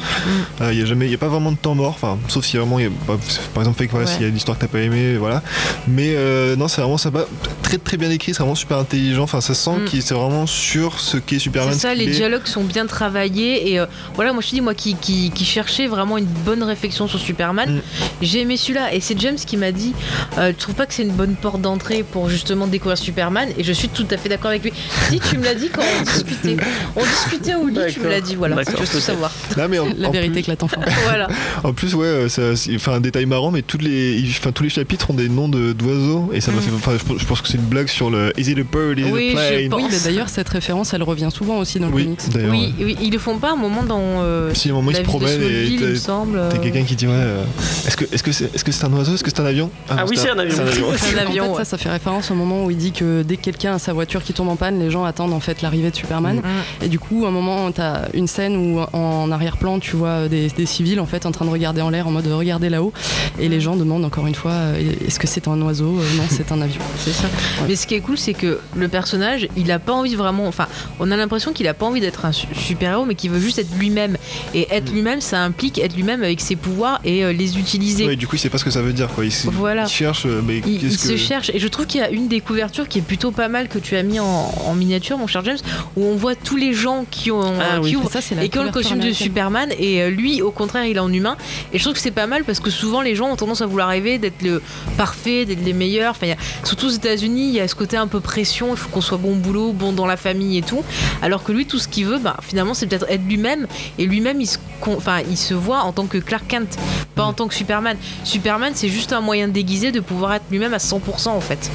S4: Il n'y a jamais, y a pas vraiment de temps mort. Enfin, sauf si vraiment, y a- bah, par exemple, fait que voilà,
S5: Ouais.
S4: s'il y a une histoire que t'as pas aimée, voilà. Mais euh, non, c'est vraiment sympa, très très bien écrit, c'est vraiment super intelligent. Enfin, ça sent
S3: Mm.
S4: qu'il c'est vraiment sur ce qu'est Superman.
S3: C'est ça,
S4: ce
S3: les
S4: qu'il est.
S3: dialogues sont bien travaillés. Et euh, voilà, moi je te dis, moi qui, qui, qui cherchais vraiment une bonne réflexion sur Superman,
S4: Mm.
S3: j'ai aimé celui-là. Et c'est James qui m'a dit euh, Tu trouves pas que c'est une bonne porte d'entrée pour justement découvrir Superman Et je suis tout à fait d'accord avec lui. Si, tu me l'as dit quand on discutait. On discutait au lit, tu me
S2: D'accord.
S3: l'as dit. Voilà,
S2: D'accord,
S3: je veux
S2: ok.
S3: savoir.
S4: Non, mais en-
S5: la
S4: en
S5: vérité
S4: plus-
S5: éclate enfin
S3: voilà.
S4: En plus, ouais, euh, ça- c'est enfin, un détail marrant, mais toutes les, ils- enfin, tous les chapitres ont des noms de- d'oiseaux, et ça m'a
S3: Mm.
S4: fait. Enfin, je, je pense que c'est une blague sur le Is it a bird? Is
S3: Oui, je
S4: it a plane?
S3: pense.
S5: oui mais d'ailleurs cette référence elle revient souvent aussi dans le
S4: Oui,
S5: comics
S4: d'ailleurs.
S3: Oui, oui, ils le font pas un moment dans. euh,
S4: ouais. Si à un moment il
S3: la
S4: se
S3: ville de
S4: promène et
S3: Smallville, il me
S4: t'as-
S3: semble.
S4: t'as
S3: euh,
S4: quelqu'un qui dit ouais, euh, est-ce que est-ce que c'est est-ce que c'est un oiseau? Est-ce que c'est un avion?
S2: Ah
S4: non,
S2: oui, c'est un avion.
S3: c'est un
S5: En
S3: avion.
S5: fait, ça, ça fait référence au moment où il dit que dès que quelqu'un a sa voiture qui tombe en panne, les gens attendent en fait l'arrivée de Superman.
S4: Mm.
S3: Mm.
S5: Et du coup, à un moment, t'as une scène où en arrière-plan, tu vois euh, des, des civils en fait en train de regarder en l'air en mode euh, regardez là-haut. Et les gens demandent encore une fois euh, est-ce que c'est un oiseau Euh, Non, c'est un avion.
S3: C'est ça. Mais ce qui est cool, c'est que le personnage, il a pas envie vraiment. Enfin, on a l'impression qu'il a pas envie d'être un super héros, mais qu'il veut juste être lui-même. Et être
S4: Mm.
S3: lui-même, ça implique être lui-même avec ses pouvoirs et euh, les utiliser.
S4: Ouais, du coup, il sait pas ce que ça veut dire, quoi. Il, s-
S3: Voilà.
S4: il cherche, euh, mais
S3: Il, il
S4: qu'est-ce
S3: se
S4: que.
S3: cherche et je trouve qu'il y a une des couvertures qui est plutôt pas mal que tu as mis en, en miniature mon cher James où on voit tous les gens qui ont
S2: Ah oui.
S3: qui ouvrent
S5: Et ça, c'est la
S3: et qui ont le
S5: couverture
S3: costume de
S5: américaine.
S3: Superman et euh, lui au contraire il est en humain et je trouve que c'est pas mal parce que souvent les gens ont tendance à vouloir rêver d'être le parfait d'être les meilleurs enfin, il y a- surtout aux États-Unis il y a ce côté un peu pression il faut qu'on soit bon au boulot bon dans la famille et tout alors que lui tout ce qu'il veut bah, finalement c'est peut-être être lui-même et lui-même il se con- enfin il se voit en tant que Clark Kent pas en tant que Superman Superman c'est juste un moyen déguisé de pouvoir être lui-même à 100% en fait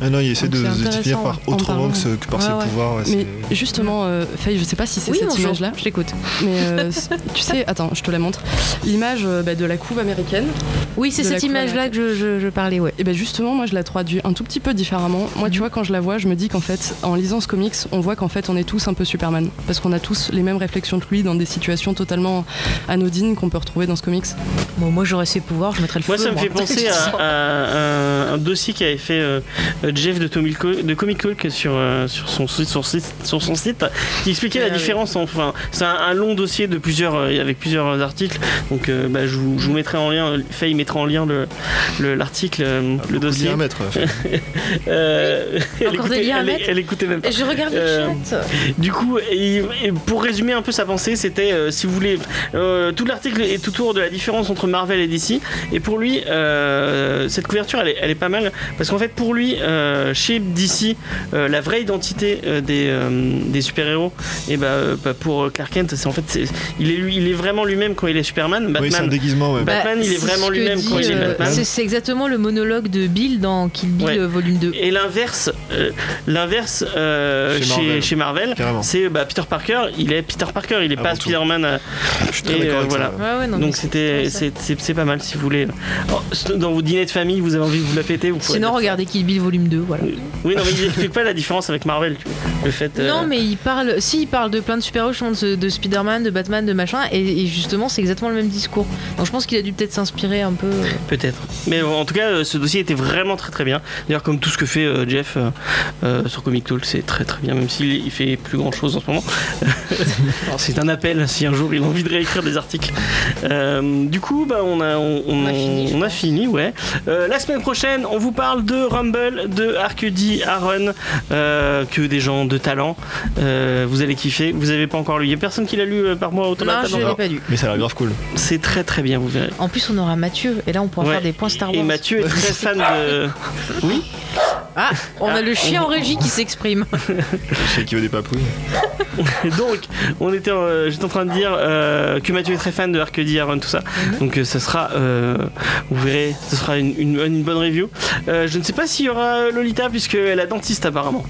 S4: Ah non, il essaie
S5: Donc,
S4: de
S5: c'est
S4: se définir par
S5: intéressant, en
S4: autrement
S5: parlant.
S4: que, ce- que par
S3: Ouais,
S4: ses
S3: ouais.
S4: pouvoirs. ouais,
S5: Mais
S4: c'est-
S5: justement, euh, Faye, je sais pas si c'est cette
S3: bonjour,
S5: image-là,
S3: je t'écoute
S5: mais euh, c- tu sais, attends, je te la montre. L'image euh, bah, de la couve américaine.
S3: oui c'est
S5: De la
S3: cette
S5: coupe à la
S3: image là que je, je- je parlais ouais
S5: Et ben justement, moi je la traduis un tout petit peu différemment. Moi,
S3: Mhm.
S5: tu vois, quand je la vois, je me dis qu'en fait, en lisant ce comics, on voit qu'en fait, on est tous un peu Superman. Parce qu'on a tous les mêmes réflexions que lui dans des situations totalement anodines qu'on peut retrouver dans ce comics.
S3: bon, moi j'aurais ses pouvoirs je mettrais le
S2: Moi,
S3: feu
S2: ça me fait penser à, à un, un dossier qu'avait fait euh, euh, Jeff de, Tomilco- de Comic Hulk sur, euh, sur, son, site- sur, site- sur son site, qui expliquait la
S3: Ah oui.
S2: différence. Enfin, c'est un, un long dossier de plusieurs, euh, avec plusieurs articles. Donc, euh, bah, je, vous, je vous mettrai en lien, Faye mettra en lien l'article, le, l'article euh,
S4: Ah, Beaucoup
S2: le
S4: de
S2: dossier.
S4: diamètre, ouais.
S2: Euh, elle,
S3: Encore des
S2: écoutait,
S3: liens à
S2: elle-
S3: mettre
S2: elle écoutait même pas.
S3: je regarde le
S2: Euh,
S3: chat
S2: Du coup, et- et pour résumer un peu sa pensée, c'était, euh, si vous voulez, euh, tout l'article est autour de la différence entre Marvel et DC. Et pour lui, euh, cette couverture, elle est, elle est pas mal. Parce qu'en fait, pour lui, euh, chez DC, euh, la vraie identité euh, des, euh, des super-héros, et bah, euh, bah, pour Clark Kent, c'est en fait, c'est- il, est, lui- il est vraiment lui-même quand il est Superman.
S4: Oui, c'est un
S2: Batman,
S4: déguisement, ouais.
S2: Bah, Batman, il est
S3: c'est
S2: vraiment
S3: ce que
S2: lui-même
S3: dit,
S2: quand il est
S3: euh,
S2: Batman.
S3: c'est- C'est exactement le monologue de Bill dans Kill Bill
S2: Ouais.
S3: euh, volume 2.
S2: Et l'inverse, euh, l'inverse euh,
S4: Chez
S2: chez,
S4: Marvel.
S2: chez Marvel,
S4: Carrément.
S2: c'est bah, Peter Parker. Il est Peter Parker, il est
S4: Avant
S2: pas
S4: tout.
S2: Spider-Man. euh,
S4: Je suis très
S2: et,
S4: d'accord
S2: euh,
S4: avec ça,
S2: voilà.
S4: ouais.
S3: Ouais, ouais, non, mais
S2: Donc
S3: c'est-
S2: c'était
S3: c'est
S2: c'est c'est- c'est pas mal si vous voulez. Oh, dans vos dîners de famille, vous avez envie de vous la péter, vous pouvez
S3: Sinon,
S2: mettre ça.
S3: regardez Kill Bill volume 2, voilà.
S2: Oui, non, mais il explique pas la différence avec Marvel, tu vois. le fait. euh,
S3: Non, mais il parle, si, il parle de plein de super-héros, justement, de, de Spider-Man, de Batman, de machin, et, et justement, c'est exactement le même discours. Donc je pense qu'il a dû peut-être s'inspirer un peu.
S2: Ah
S3: euh,
S2: peut-être. Mais bon, en tout cas, euh, ce dossier était vraiment très très bien. D'ailleurs, comme tout ce que fait euh, Jeff euh, euh, sur Comic Talk, c'est très très bien, même s'il il fait plus grand chose en ce moment. Alors, c'est un appel si un jour il a envie de réécrire des articles. Euh, du coup, bah, on a on, on-
S3: On a fini, je
S2: on a
S3: pense.
S2: fini, ouais. Euh, la semaine prochaine, on vous parle de Rumble, de Arcudi, Aaron, euh, que des gens de talent. Euh, vous allez kiffer. Vous avez pas encore lu. Il y a personne qui l'a lu euh, par moi autour de la
S3: Non,
S2: table
S3: je l'ai
S2: encore.
S3: pas lu.
S4: Mais ça a l'air grave cool.
S2: C'est très très bien, vous verrez.
S3: En plus, on aura Mathieu, et là, on pourra
S2: Ouais.
S3: faire des points Star Wars.
S2: Et Mathieu est très fan de.
S3: Ah, on
S2: Ah,
S3: a le chien
S2: on-
S3: en régie qui s'exprime.
S4: Je sais qu'il veut des papouilles.
S2: Donc, on était, en- j'étais en train de dire euh, que Mathieu est très fan de Arcady, Aaron, tout ça.
S3: Mhm.
S2: Donc, euh, ça sera, euh, vous verrez, ce sera une, une- une bonne review. Euh, je ne sais pas s'il y aura Lolita, puisqu'elle a dentiste apparemment.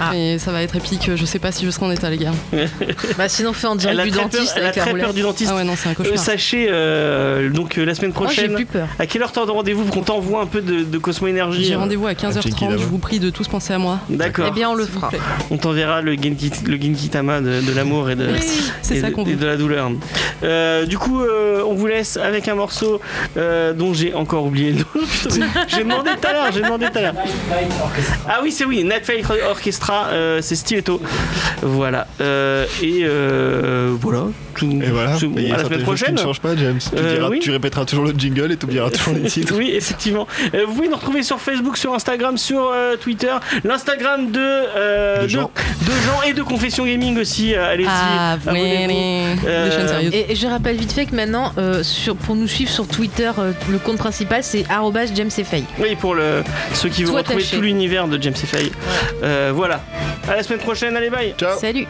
S3: Ah.
S5: Et ça va être épique, je sais pas si je serai en état, les gars. Ah
S3: Bah sinon fais en
S2: elle
S3: direct
S2: a
S3: du
S2: très
S3: dentiste
S2: peur, elle a
S3: avec Oh, la
S2: très peur
S3: roulette.
S2: du dentiste.
S5: Ah ouais, non, c'est un
S2: Euh,
S5: cauchemar.
S2: sachez, euh, donc euh, la semaine
S3: Moi j'ai
S2: prochaine,
S3: plus peur.
S2: à quelle heure t'as de rendez-vous pour qu'on t'envoie un peu de, de Cosmo Énergie
S5: J'ai
S2: euh,
S3: Ah,
S5: rendez-vous à 15h30, je vous prie de tous penser à moi.
S2: D'accord.
S3: Eh bien on le
S5: S'il vous
S3: fera.
S5: plaît.
S2: On t'enverra le, Genki- le Genkitama de, de l'amour et de,
S5: C'est
S2: et
S5: ça
S2: de-
S5: qu'on
S2: et
S5: veut.
S2: de la douleur. Euh, du coup, euh, on vous laisse avec un morceau euh, dont j'ai encore oublié le nom. Putain, j'ai demandé tout à l'heure, j'ai demandé tout à l'heure. Ah oui, c'est oui, Night Flight Orchestra, euh, c'est Stiletto. Voilà. Euh, et euh, voilà. Tout-
S4: Et voilà,
S2: tout-
S4: il y a
S2: à la
S4: certaines
S2: semaine
S4: choses qui
S2: prochaine.
S4: ne changent pas, James. Tu,
S2: Euh,
S4: diras-
S2: oui.
S4: tu répéteras toujours le jingle et tu oublieras toujours les titres.
S2: Oui, effectivement. Euh, vous pouvez nous retrouver sur Facebook, sur Instagram, sur euh, Twitter, l'Instagram de, euh,
S4: De
S2: de,
S4: Jean.
S2: de Jean et de Confession Gaming aussi. Euh, Allez-y.
S5: Ah, vous
S2: abonnez-vous. Euh,
S5: Des chaînes sérieuses.
S3: Et, et je rappelle vite fait que maintenant, euh, sur, pour nous suivre sur Twitter, euh, le compte principal c'est @jamesfay.
S2: Oui, pour le, ceux qui veulent
S3: Tout
S2: retrouver
S3: attaché.
S2: tout l'univers de James Fay. Euh, voilà. À la semaine prochaine. Allez, bye.
S4: Ciao
S3: Salut.